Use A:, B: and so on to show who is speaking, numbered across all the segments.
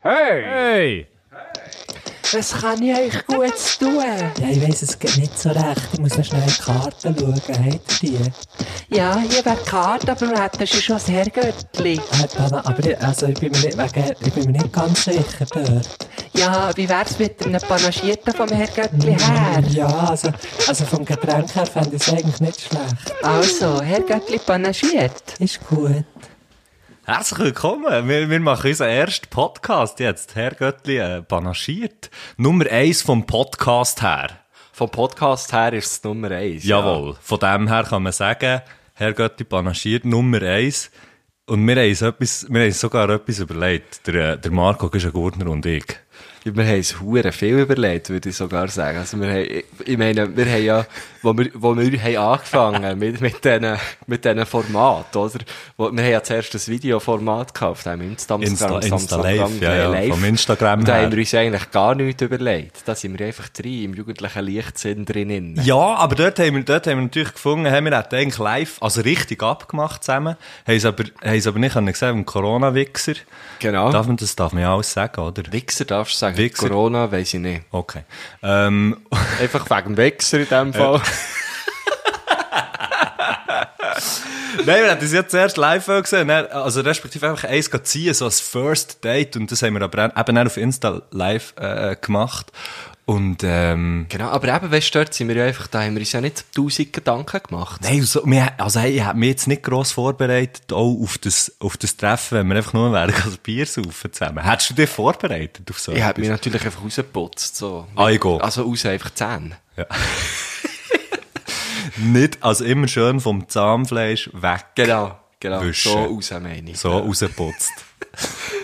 A: Hey!
B: Hey!
C: Was kann ich euch gut tun?
D: Ja, ich weiss es geht nicht so recht. Ich muss noch schnell in die Karten schauen. Habt ihr die?
C: Ja, ich wäre Karte, aber man hat- das ist schon das Herrgöttli.
D: Äh, Dana, aber ich, also ich, bin mir nicht, wegen, ich bin mir nicht ganz sicher dort.
C: Ja, wie wär's mit einem Panagierten vom Herrgöttli her?
D: Ja, also, also vom Getränk her fände ich es eigentlich nicht schlecht.
C: Also, Herrgöttli panagiert.
D: Ist gut.
B: Herzlich willkommen! Wir, wir machen unseren ersten Podcast jetzt. Herr Göttli, äh, panaschiert. Nummer eins vom Podcast her.
A: Vom Podcast her ist es Nummer eins.
B: Jawohl. Von dem her kann man sagen, Herr Götti panaschiert Nummer eins. Und wir haben, uns etwas, wir haben uns sogar etwas überlegt. Der, äh, der Marco Güschen-Gurtner und ich.
A: Ja. Wir haben es hure viel überlegt, würde ich sogar sagen. Also wir haben, ich meine, wir haben ja, wo wir, wo wir haben angefangen mit, mit diesen, mit diesen Format, oder? Wo, wir haben ja zuerst das Videoformat gehabt, auf dem Instagram,
B: Insta-
A: Samstag-
B: Insta
A: Samstag-
B: Live, ja, ja,
A: Live.
B: vom Instagram
A: Und Da
B: her.
A: haben wir uns eigentlich gar nichts überlegt. Da sind wir einfach drin, im jugendlichen Lichtsinn drinnen.
B: Ja, aber dort haben wir, dort haben wir natürlich gefunden, hey, wir hätten eigentlich live, also richtig abgemacht zusammen, haben es aber, haben es aber nicht können sehen, wegen Corona-Wichser.
A: Genau.
B: Darf man, das darf man ja alles sagen, oder?
A: Wichser darfst du sagen.
B: Wichser.
A: Corona weiss ich nicht.
B: Okay. Ähm,
A: Einfach wegen Wichser in dem Fall.
B: Nein, wir hätten es ja zuerst live gesehen. Dann, also respektive einfach eins gehen ziehen, so als First Date. Und das haben wir aber dann- eben dann auf Insta live äh, gemacht. Und ähm,
A: Genau, aber eben, weißt du, dort sind wir ja einfach, da haben wir uns ja nicht tausend Gedanken gemacht.
B: Nein, also, wir, also hey, ich habe mich jetzt nicht gross vorbereitet auch auf das, auf das Treffen, wenn wir einfach nur werden, also Bier saufen zusammen. Hättest du dich vorbereitet auf so
A: Ich habe
B: etwas?
A: mich natürlich einfach rausgeputzt, so.
B: Ah, ich gehe.
A: Also raus einfach die Zähne.
B: Nicht, also immer schön vom Zahnfleisch weg.
A: Genau, genau.
B: Wischen.
A: So raus, meine ich.
B: So rausgeputzt.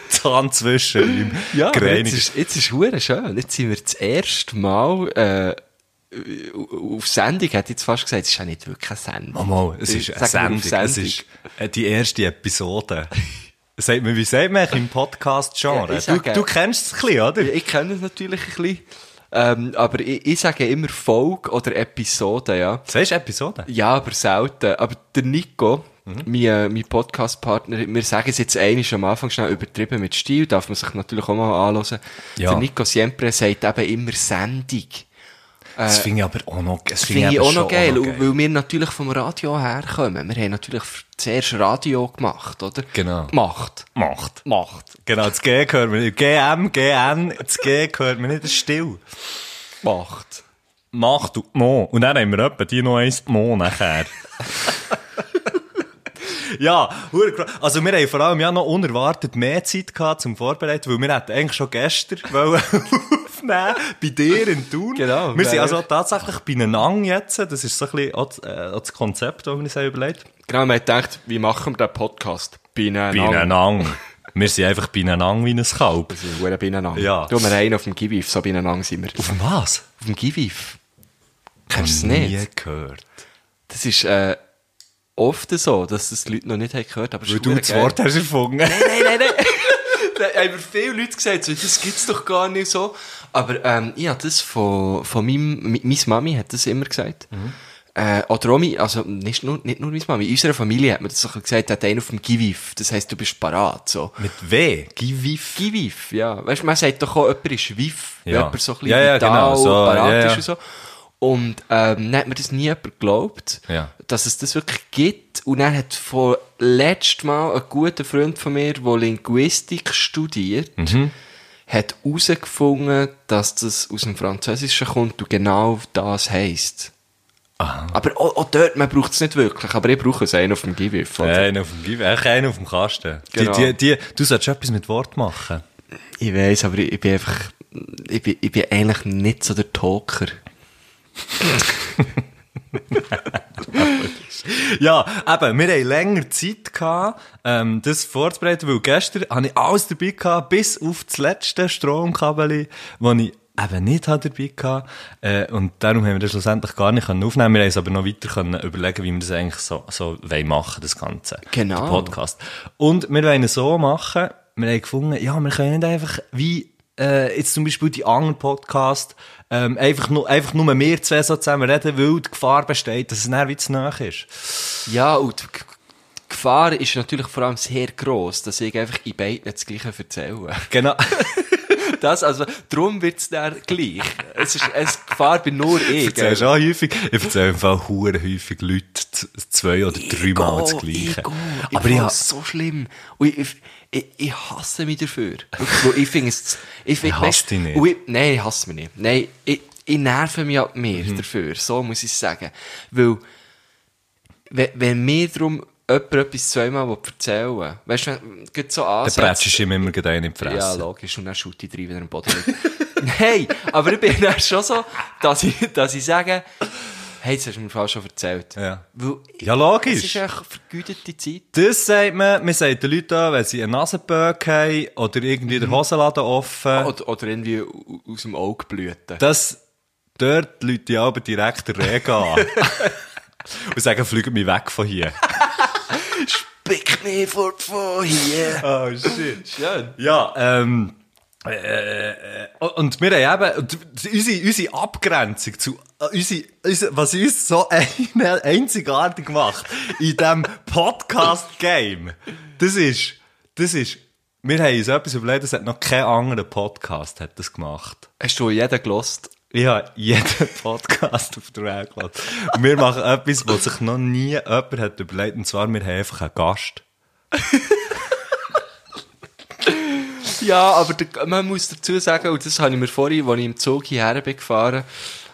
B: Zahn zwischen im
A: Ja, aber jetzt
B: gereinigt.
A: ist, jetzt ist hure schön. Jetzt sind wir das erste Mal, äh, auf Sendung, hätte ich jetzt fast gesagt. Es ist ja nicht wirklich eine Sendung.
B: Oh, mal, es ist
A: Ich
B: eine
A: sage
B: Sendung.
A: nur auf
B: Es ist äh, die erste Episode. sagt man, wie sagt man eigentlich im
A: Ja,
B: Podcast-Genre?
A: ich
B: du,
A: sage-
B: du kennst es ein bisschen, oder?
A: Ja, ich kenne es natürlich ein bisschen. Ähm, aber ich, ich sage immer Folge oder Episode, ja.
B: Sagst du Episode?
A: Ja, aber selten. Aber der Nico,
B: Mhm.
A: mein, äh, mein Podcast-Partner, wir sagen es jetzt einiges am Anfang schnell übertrieben mit Stil, darf man sich natürlich auch mal anhören.
B: Ja.
A: Der Nico Siempre sagt eben immer Sendung.
B: das finde ich aber auch noch, das
A: Finde ich
B: eben
A: auch
B: schon
A: noch geil, weil wir natürlich vom Radio herkommen. Wir haben natürlich zuerst Radio gemacht, oder?
B: Genau.
A: Gemacht.
B: Macht.
A: Macht.
B: Genau, das G gehört mir nicht. GM, GN, das G gehört mir nicht, das ist still.
A: Macht.
B: Macht und Mo. Und dann haben wir etwa die noch eins Mo nachher. ja, hure gra- also wir haben vor allem ja noch unerwartet mehr Zeit gehabt zum Vorbereiten, weil wir hätten eigentlich schon gestern wollen aufnehmen bei dir in Thun.
A: Genau,
B: Wir sind
A: weil-
B: also tatsächlich beieinander jetzt. Das ist so ein bisschen auch das, äh, auch das Konzept, das wir uns haben überlegt
A: Genau, man hat gedacht, wie machen wir den Podcast? Beieinander.
B: Beieinander. Wir sind einfach beieinander wie ein Kalb.
A: Wir sind verdammt beieinander.
B: Ja.
A: Du, wir haben einen auf dem Giviv, so beieinander sind wir.
B: Auf was?
A: Auf dem Giviv. Kennst du
B: Noch
A: es nicht?
B: Nie gehört.
A: Das ist äh, oft so, dass das die Leute noch nicht haben gehört haben.
B: Weil du das Wort hast erfunden.
A: Nein, nein, nein. da haben mir viele Leute gesagt, so, das gibt's doch gar nicht so. Aber ähm, ich habe das von, von meinem, mi- meine Mami hat das immer gesagt.
B: Mhm.
A: Äh, oder auch mein, also nicht nur, nicht nur meine Mami, in unserer Familie hat mir das so ein bisschen gesagt, hat einer auf dem Giviv. Das heisst, du bist parat. So.
B: Mit W. Givif.
A: Giviv, ja. Weißt du, man sagt doch auch, jemand ist Wiff, wenn
B: Ja.
A: jemand so ein bisschen
B: Ja, ja, genau, so,
A: parat
B: ja, ja.
A: ist und so. Und ähm, dann hat mir das nie jemand geglaubt,
B: Ja.
A: dass es das wirklich gibt. Und dann hat von letztem Mal ein guter Freund von mir, der Linguistik studiert,
B: Mhm.
A: hat herausgefunden, dass das aus dem Französischen kommt und genau das heisst. Aber auch, auch dort, man braucht es nicht wirklich. Aber ich brauche es einen auf dem Giviv. oder?
B: Einer auf dem Gib, echt einer auf dem Kasten.
A: Genau.
B: Die, die, die, du solltest etwas mit Wort machen.
A: Ich weiß, aber ich bin einfach, ich bin, ich bin eigentlich nicht so der Talker.
B: Ja, eben, wir haben länger Zeit gehabt, ähm, das vorzubereiten, weil gestern hatte ich alles dabei gehabt, bis auf das letzte Stromkabel, das ich eben nicht hatte dabei hatte. Äh, und darum haben wir das schlussendlich gar nicht können aufnehmen Wir haben es aber noch weiter können überlegen, wie wir das eigentlich so, so wollen machen, das Ganze.
A: Genau.
B: Den Podcast. Und wir wollen es so machen, wir haben gefunden, ja, wir können nicht einfach wie äh, jetzt zum Beispiel die anderen Podcasts ähm, einfach, nur, einfach nur wir zwei so zusammen reden, weil die Gefahr besteht, dass es dann wie zu nahe ist.
A: Ja, und die G- Gefahr ist natürlich vor allem sehr gross, dass ich einfach in beiden das Gleiche erzähle.
B: Genau.
A: Das, also, darum wird's dann gleich. Es ist, es Gefahr bei nur ich.
B: Ich erzählst auch häufig. Ich erzähle im Fall hure häufig Leute z- zwei oder dreimal das Gleiche.
A: Ego.
B: Aber ich
A: habe
B: habe
A: so schlimm. Und ich, ich, ich, ich hasse mich dafür. Wirklich, weil ich finde es, ich, find,
B: Ich hasse
A: weißt du,
B: dich nicht.
A: und Ich, nein, ich hasse mich nicht. Nein, ich, ich nerve mich ab mir dafür. So muss ich sagen. Weil, wenn, wenn mir darum jemand etwas zweimal erzählen will, weißt du, wenn, gerade so
B: dann
A: ansetzt.
B: prätschst du ihm immer gerade einen in die
A: Ja,
B: Fresse.
A: logisch. Und dann schaut ich drei wieder am Boden. liegt. Nein, aber ich bin dann schon so, dass ich, dass ich sage, hey, das hast du mir fast schon erzählt.
B: Ja.
A: Weil
B: Ja, logisch.
A: Es ist echt vergütete Zeit.
B: Das sagt man, man sagt den Leuten an, wenn sie einen Nasenböck haben oder irgendwie den Hosenladen offen.
A: Oder, oder irgendwie au- aus dem Auge blüten.
B: dass dort die Leute ja aber direkt den Regen an. Und sagen, fliegt mich weg von hier.
A: Pick me fort von hier.
B: Oh shit.
A: Schön.
B: Ja, ähm. Äh, äh, und wir haben eben und unsere, unsere Abgrenzung zu äh, unsere, unsere, was uns so ein- einzigartig macht in diesem Podcast-Game. Das ist, das ist, wir haben uns etwas überlegt, das hat noch kein anderer Podcast hat das gemacht.
A: Hast du jeden gelost?
B: Ich habe jeden Podcast auf der Welt gelassen. Und wir machen etwas, was sich noch nie jemand hat überlegt. Und zwar, wir haben einfach einen Gast.
A: Ja, aber der, man muss dazu sagen, und das habe ich mir vorhin, als ich im Zug hierher bin gefahren,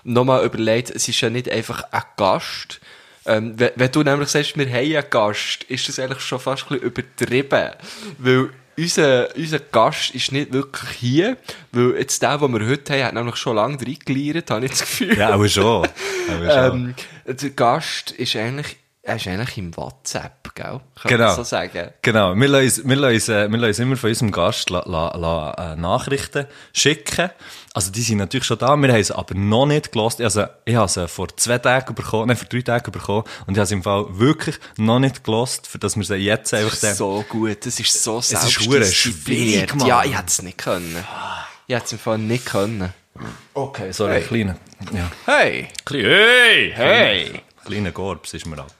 A: nochmal überlegt, es ist ja nicht einfach ein Gast. Ähm, wenn, wenn du nämlich sagst, wir haben einen Gast, ist das eigentlich schon fast ein bisschen übertrieben. Weil unser, unser Gast ist nicht wirklich hier, weil jetzt der, den wir heute haben, hat nämlich schon lange reingeleiert, habe ich das Gefühl.
B: Ja, aber schon. Aber schon.
A: Ähm, der Gast ist eigentlich, er ist eigentlich im WhatsApp, gell? Kann
B: Genau.
A: man so sagen.
B: Genau, wir lassen, uns- wir, lassen, uns, äh, wir lassen uns immer von unserem Gast la, la, la, äh, Nachrichten schicken. Also die sind natürlich schon da, wir haben sie aber noch nicht gelost. Also ich habe sie vor zwei Tagen bekommen, nein, vor drei Tagen bekommen und ich habe sie im Fall wirklich noch nicht gelost, für dass wir sie jetzt einfach...
A: Das ist so gut, das ist so
B: ist
A: selbstdiszipliniert.
B: schwer schwierig, Mann.
A: Ja, ich hätte es nicht können. Ich hätte es im Fall nicht können.
B: okay, sorry, kleiner. Ja.
A: Hey!
B: Hey!
A: Hey!
B: Kleiner Gorbs ist mir ab.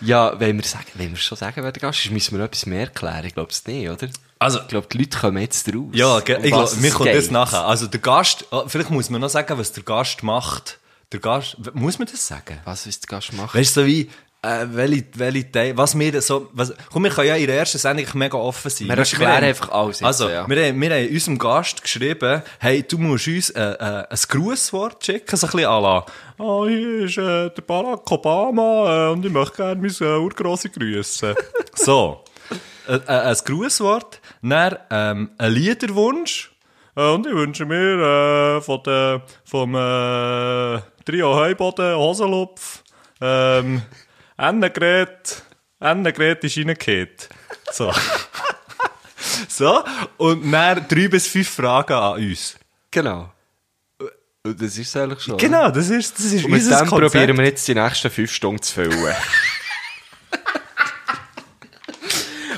A: Ja, wenn wir, sagen, wenn wir schon sagen, wer der Gast ist, müssen wir etwas mehr erklären. Ich glaube es nicht, oder?
B: Also-
A: ich glaube, die Leute kommen jetzt raus. Um
B: Ja, ge- ich glaube, mir kommt das
A: nach.
B: nachher. Also der Gast, oh, vielleicht muss man noch sagen, was der Gast macht. Der Gast, w- muss man das sagen?
A: Was willst der Gast machen?
B: Weißt du, so wie, äh, welche, welche Teil, was wir da so, was, komm, wir können ja in der ersten Sendung mega offen sein.
A: Wir erklären einfach alles jetzt,
B: Also,
A: ja.
B: wir, haben, wir haben unserem Gast geschrieben, hey, du musst uns äh, äh, ein Grußwort schicken, so ein bisschen à la, oh, hier ist äh, der Barack Obama äh, und ich möchte gerne mein äh, Urgrosse grüßen. so, äh, äh, ein Grußwort, dann ähm, ein Liederwunsch äh, und ich wünsche mir äh, von der, vom äh, Trio Heuboden Hosenlupf ähm, Annegret, Annegret ist reingekommen. So. So, und dann drei bis fünf Fragen an uns.
A: Genau. Und Das ist es eigentlich schon. oder?
B: Genau, das ist, das ist
A: Und mit
B: unser
A: dem
B: Konzept.
A: probieren wir jetzt die nächsten fünf Stunden zu füllen.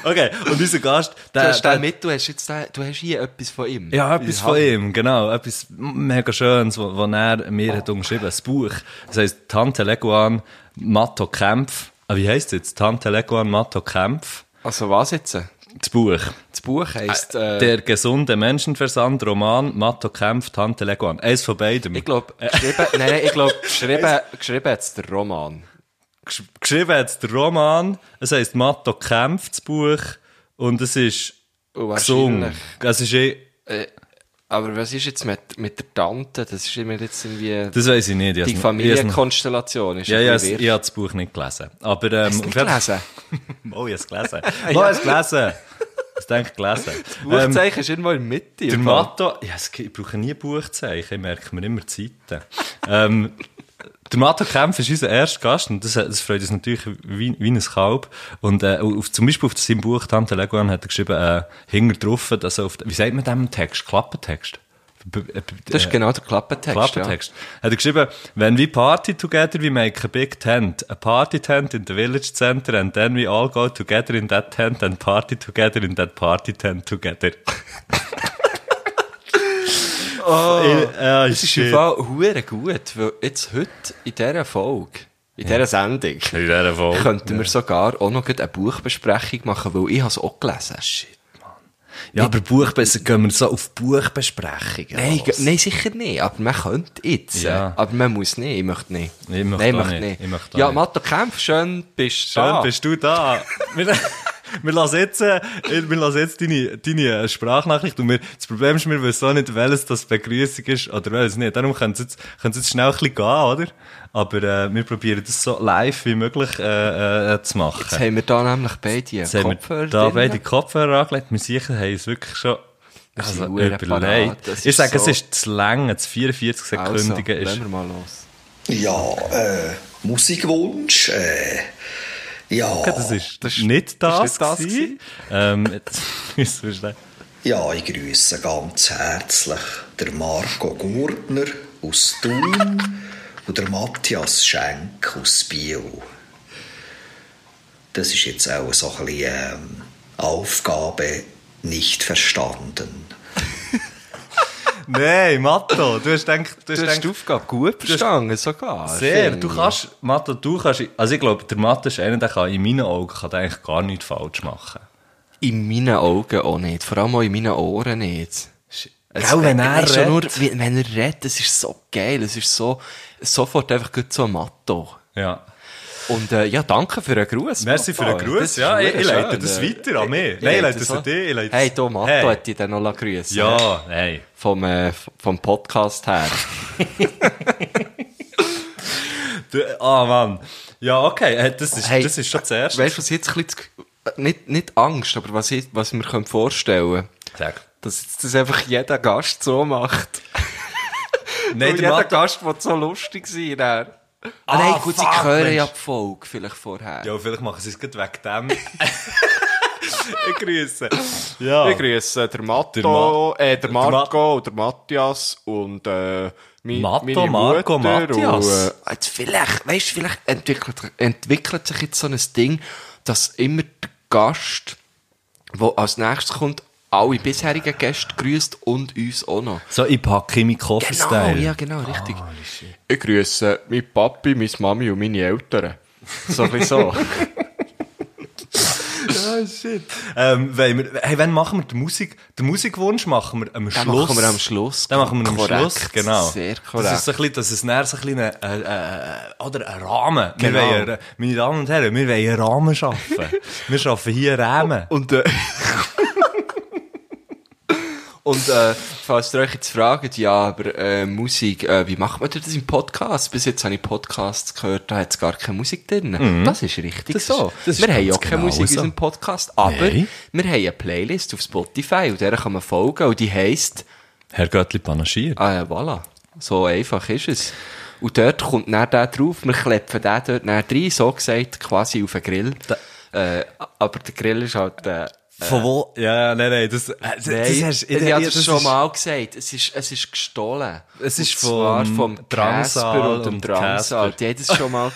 B: Okay, und unser Gast,
A: Du
B: der,
A: hast den
B: der,
A: mit, du hast jetzt den, du hast hier etwas von ihm.
B: ja, etwas von ihm, genau, etwas mega Schönes, was er mir hat umgeschrieben hat, ein Buch. Das heisst Tante Leguan, Matto Kempf. Ah, wie heisst es jetzt? Tante Leguan, Matto Kempf.
A: Also was jetzt?
B: Das Buch.
A: Das Buch heisst, äh,
B: Der gesunde Menschenversand, Roman, Matto Kempf, Tante Leguan. Eins von beidem.
A: ich glaube, geschrieben, nein, nein, ich glaube, Äh. geschrieben, geschrieben hat's der Roman.
B: Gesch- geschrieben hat der Roman, es heisst Matto kämpft, das Buch, und es ist
A: Oh,
B: gesungen.
A: wahrscheinlich.
B: Es ist eh,
A: Aber was ist jetzt mit, mit der Tante? Das ist immer jetzt irgendwie,
B: das weiß ich nicht.
A: die
B: Ich hab's- ich hab's noch-
A: Familienkonstellation ist
B: Ja,
A: ein
B: ja,
A: bisschen
B: ich,
A: wirr.
B: ich habe das Buch nicht gelesen. Aber, ähm,
A: Hast du nicht gelesen?
B: Oh, ich habe es gelesen. Oh, ich habe es gelesen. Ich denke, gelesen. Ähm,
A: Buchzeichen ist irgendwo in der Mitte.
B: Der
A: im Fall.
B: Matto, ja, es gibt- ich brauche nie Buchzeichen, ich merke mir immer die Zeiten. ähm, der Matto Kempf ist unser erster Gast und das, das freut uns natürlich wie, wie ein Kalb. Und äh, auf, zum Beispiel auf seinem Buch «Tante Leguan» hat er geschrieben, äh, hinter drauf, dass er auf, wie sagt man dem Text? Klappentext? B- b-
A: Das
B: äh,
A: ist genau der Klappentext.
B: Klappentext. Hat er geschrieben, when we party together, we make a big tent. A party tent in the village center and then we all go together in that tent and party together in that party tent together. oh, ah,
A: Ja. Das ist im Fall hure gut, weil jetzt heute in dieser Folge In dieser Sendung.
B: In dieser Folge.
A: Könnten wir sogar auch noch gleich eine Buchbesprechung machen, weil ich habe es auch
B: Ah,
A: gelesen.
B: Ja, aber Buchbesser gehen wir so auf Buchbesprechungen.
A: Nein,
B: los.
A: ge- nein, sicher nicht. Aber man könnte jetzt.
B: Ja.
A: äh, Aber man muss nicht. Ich möchte nicht.
B: Ich möchte
A: nein,
B: auch nicht. Ich möchte auch
A: ja,
B: nicht.
A: Matto Kempf, schön bist du Ah.
B: Schön
A: da.
B: bist du da. Wir, wir lassen jetzt, äh, wir lassen jetzt deine, deine äh, Sprachnachricht und wir, das Problem ist, wir wissen auch nicht, welches das Begrüßung ist oder welches nicht. Darum können es jetzt, können es jetzt schnell ein bisschen gehen, oder? Aber äh, wir probieren das so live wie möglich äh, äh, zu machen.
A: Jetzt haben wir da nämlich beide
B: Jetzt haben wir
A: Kopfhörer
B: da
A: drin.
B: beide Kopfhörer angelegt. Wir sicher haben es wirklich schon
A: sind
B: also,
A: verdammt
B: überlegt.
A: parat. Das
B: Ich
A: ist
B: sage,
A: so-
B: es ist zu lang, das 44-sekündige
A: also,
B: ist.
A: Lassen wir mal los.
E: Ja, äh, Musikwunsch, äh, ja,
B: Das ist, nicht das.
A: nicht das
B: gewesen. ähm, jetzt müssen wir schnell-
E: ja, ich grüße ganz herzlich den Marco Gurtner aus Thun und den Matthias Schenk aus Biel. Das ist jetzt auch so ein bisschen ähm, Aufgabe nicht verstanden.
B: Nein, Matto, du hast gedacht, du hast
A: Du hast die
B: gedacht
A: Aufgabe gut verstanden, sogar.
B: sehr,
A: finde
B: du
A: ich.
B: kannst, Matto, du kannst, also ich glaube, der Matto ist einer, der kann in meinen Augen kann der eigentlich gar nichts falsch machen.
A: In meinen Augen auch nicht. Vor allem auch in meinen Ohren nicht. Es-
B: Gell, wenn er
A: es ist ja
B: redet.
A: Nur, wie- wenn er redet, das ist so geil. Es ist so, sofort einfach gut so ein Matto.
B: Ja.
A: Und äh, ja, danke für den Gruß.
B: Merci für
A: Matto.
B: den Gruß,
A: Das ist
B: ja, ich-
A: wirklich
B: ich leite
A: schön,
B: das
A: äh,
B: weiter an mich. Nein, ich leite es
A: auch.
B: an dich, ich leite es-
A: Hey, du, Matto
B: Hey.
A: hat dich dann noch grüßen
B: Ja, nein.
A: Vom, äh, vom Podcast her.
B: Du- Ah, Mann. Ja, okay, äh, das ist,
A: Hey,
B: das ist schon das Erste.
A: Weißt du, was ich jetzt ein bisschen, zu- nicht, nicht Angst, aber was ich, was ich mir könnte vorstellen
B: Sag.
A: dass jetzt das einfach jeder Gast so macht.
B: Nein,
A: Und
B: der
A: jeder
B: Matto,
A: Gast wird so lustig sein. dann.
B: Ah,
A: Ah, nein, gut,
B: fuck,
A: sie hören
B: Mensch.
A: ja die Folge vielleicht vorher.
B: ja, vielleicht machen sie es gut wegen dem. ich grüße. Ja.
A: Ich grüße den
B: Ah. Der
A: Matto,
B: Ma-
A: äh, der
B: der Ma-
A: Marco und der Matthias und äh, mi,
B: Matto,
A: meine
B: Marco,
A: Mutter
B: Matthias.
A: Und, äh, jetzt vielleicht, weißt, vielleicht entwickelt, entwickelt sich jetzt so ein Ding, dass immer der Gast, der als nächstes kommt, alle bisherigen Gäste grüßt und uns auch noch.
B: So, ich packe meinen Koffer Style.
A: ja, genau, richtig. ich grüße meinen Papi, meine Mami und meine Eltern. So ein bisschen so.
B: Ah, shit. Ähm, wollen wir, hey, wann machen wir den, Musik, den Musikwunsch? Machen wir am
A: Den
B: Schluss.
A: machen wir am Schluss.
B: Den machen wir am
A: Korrekt,
B: Schluss, genau.
A: Sehr
B: Das ist
A: korrekt.
B: so ein bisschen, dass es näher so ein bisschen, äh, äh, äh, oder ein Rahmen.
A: Genau.
B: Wir wollen, äh, meine Damen und Herren, wir wollen einen Rahmen schaffen. wir schaffen hier einen Rahmen.
A: Und, äh, und äh, falls ihr euch jetzt fragt, ja, aber äh, Musik, äh, wie macht man denn das im Podcast? Bis jetzt habe ich Podcasts gehört, da hat es gar keine Musik drin. Das ist richtig
B: Mhm. Das
A: so.
B: ist- das ist
A: wir haben ja
B: ganz
A: keine
B: genau
A: Musik in
B: so.
A: unserem Podcast, aber
B: Nein.
A: wir haben eine Playlist auf Spotify und der kann man folgen und die heisst,
B: Herr Göttli panaschiert.
A: äh, voilà, so einfach ist es. Und dort kommt dann der drauf, wir klepfen den dort dann rein, so gesagt, quasi auf den Grill. äh, aber der Grill ist halt... Äh,
B: Von wo? Ja, nein, nein, das, äh, das,
A: Nein,
B: das hast
A: ich habe das, schon
B: ist-
A: mal gesagt. Es ist, es ist gestohlen.
B: Es ist
A: und zwar
B: vom
A: vom
B: Drangsal
A: Drangsal und dem
B: und
A: Drangsal.
B: Casper.
A: Die haben das schon mal...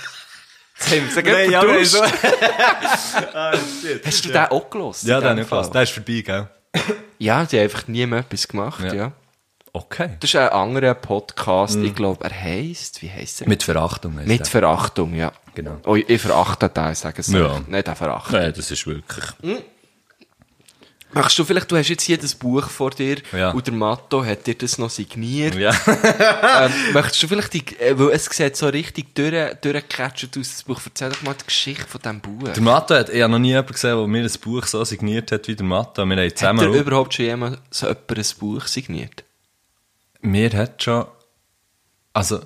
A: Jetzt haben wir es ja gerade
B: Nein, ja,
A: vertauscht.
B: aber
A: Hast du
B: Ja.
A: den auch gelesen?
B: Ah, Ja,
A: in
B: dann
A: dem
B: nicht
A: Fall?
B: fast. Der ist vorbei, gell?
A: Ja, die haben einfach nie mehr etwas gemacht, ja.
B: Okay.
A: Das ist ein anderer Podcast,
B: Mm.
A: ich glaube, er heisst, wie heisst er?
B: Mit Verachtung. heisst
A: Mit
B: der.
A: Verachtung, ja.
B: Genau.
A: Oh, ich ich verachte den, sagen sie.
B: Ja.
A: Nicht den verachten.
B: Nein, das ist wirklich.
A: Machst du vielleicht, du hast jetzt hier das Buch vor dir
B: Ja.
A: und der Matto hat dir das noch signiert.
B: Ja.
A: ähm, möchtest du vielleicht, die, äh, weil es sieht so richtig durch- durchgecatcht aus, das Buch, erzähl doch mal die Geschichte von diesem Buch.
B: Der Matto hat, ich habe noch nie jemanden gesehen, der mir ein Buch so signiert hat wie der Matto. Wir haben
A: Hat
B: zusammen...
A: dir überhaupt schon jemand so jemand ein Buch signiert?
B: mir hat schon... Also,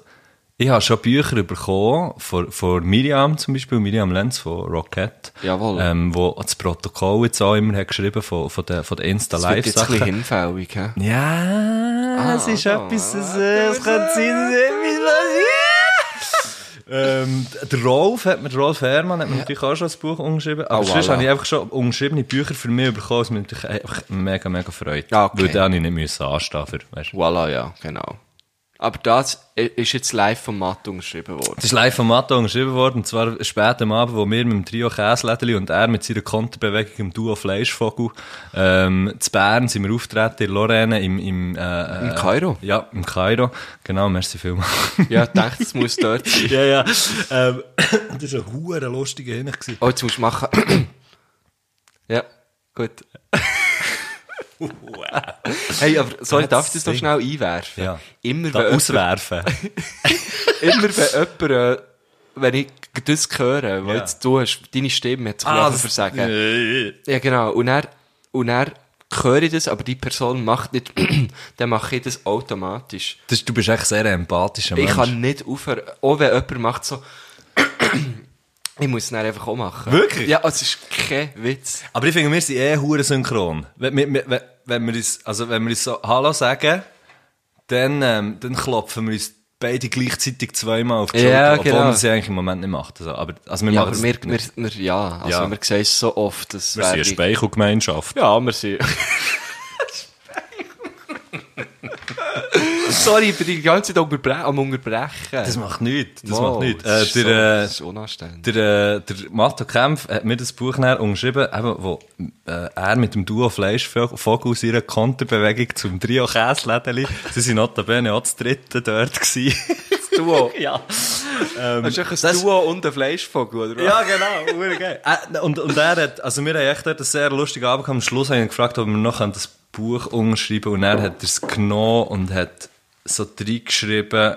B: ich habe schon Bücher bekommen, von, von Miriam zum Beispiel, Miriam Lenz von Rocket.
A: Jawohl.
B: Ähm, wo das Protokoll jetzt auch immer hat geschrieben von, von den, von den
A: Das wird jetzt ein bisschen
B: Insta-Live-Sachen.
A: hinfällig, hä?
B: Ja,
A: Ah,
B: es ist
A: ah,
B: etwas, es, äh, es könnte sein, dass etwas passiert. ähm, der Rolf hat mir, der Rolf Herrmann hat mir natürlich auch schon das Buch umgeschrieben, aber
A: Oh,
B: sonst
A: voilà.
B: habe ich einfach schon umgeschriebene Bücher für mich bekommen, was mich natürlich einfach mega, mega freut.
A: Ah, okay.
B: Weil den habe ich nicht müssen anstehen für, weißt du.
A: Voilà, ja, genau. Aber das i- ist jetzt live von Matt unterschrieben worden.
B: Das ist live von Matto geschrieben worden, und zwar spät am Abend, wo wir mit dem Trio Käslädeli und er mit seiner Konterbewegung im Duo Fleischvogel ähm, zu Bern sind wir auftreten, in Lorraine, im, im, äh, äh,
A: Im Kairo.
B: Ja, im Kairo. Genau, merci vielmals.
A: Ja, ich dachte, es muss dort sein.
B: ja, ja. Ähm, das war ein hoher lustiger Hinweis. gewesen.
A: Oh, jetzt musst du machen. ja, gut. hey, aber sorry, darf ich das noch
B: Ding.
A: schnell einwerfen?
B: Ja.
A: Immer
B: Da
A: wenn, jemand,
B: auswerfen.
A: immer wenn jemand, äh, wenn ich das höre, was
B: Ja.
A: jetzt du hast, deine Stimme hat sich ah, versagen. Ja, genau. Und er, und er höre ich das, aber die Person macht nicht, dann mache ich das automatisch.
B: Das, du bist echt sehr empathischer Mensch.
A: Ich kann nicht aufhören, auch wenn jemand macht so, ich muss es dann einfach auch machen.
B: Wirklich?
A: Ja, es ist kein Witz.
B: Aber ich finde, wir sind eh hure synchron. Wenn, wir- wir- wenn, wenn, wir uns, also wenn wir uns so Hallo sagen, dann, ähm, dann klopfen wir uns beide gleichzeitig zweimal auf die Schulter.
A: Ja,
B: Obwohl
A: genau.
B: wir sie eigentlich im Moment nicht machen. Also, aber, also wir
A: Ja,
B: machen
A: aber
B: das-
A: wir, wir, wir, ja, also
B: Ja.
A: wir sehen es so oft, dass
B: wir sind eine Speichelgemeinschaft.
A: Ja, wir sind. Sorry, ich bin die ganze Zeit unterbre am Unterbrechen.
B: Das macht nichts. Das
A: eh. Wow,
B: macht nichts.
A: das
B: Äh,
A: ist so-
B: der,
A: das ist
B: äh,
A: unanständig.
B: der, äh, der Matto Kempf hat mir das Buch näher umgeschrieben, eben, wo äh, er mit dem Duo Fleischvogel aus ihrer Konterbewegung zum Trio Käslädeli, sie waren notabene auch das dritte dort gewesen.
A: Duo.
B: ja.
A: Das ist ein Duo und ein Fleischvogel, oder was?
B: Ja, genau, hure geil. Äh, und, und er hat, also wir haben echt dort einen sehr lustigen Abend gehabt. Am Schluss haben wir gefragt, ob wir noch das Buch umschreiben und er hat es genommen und hat so reingeschrieben,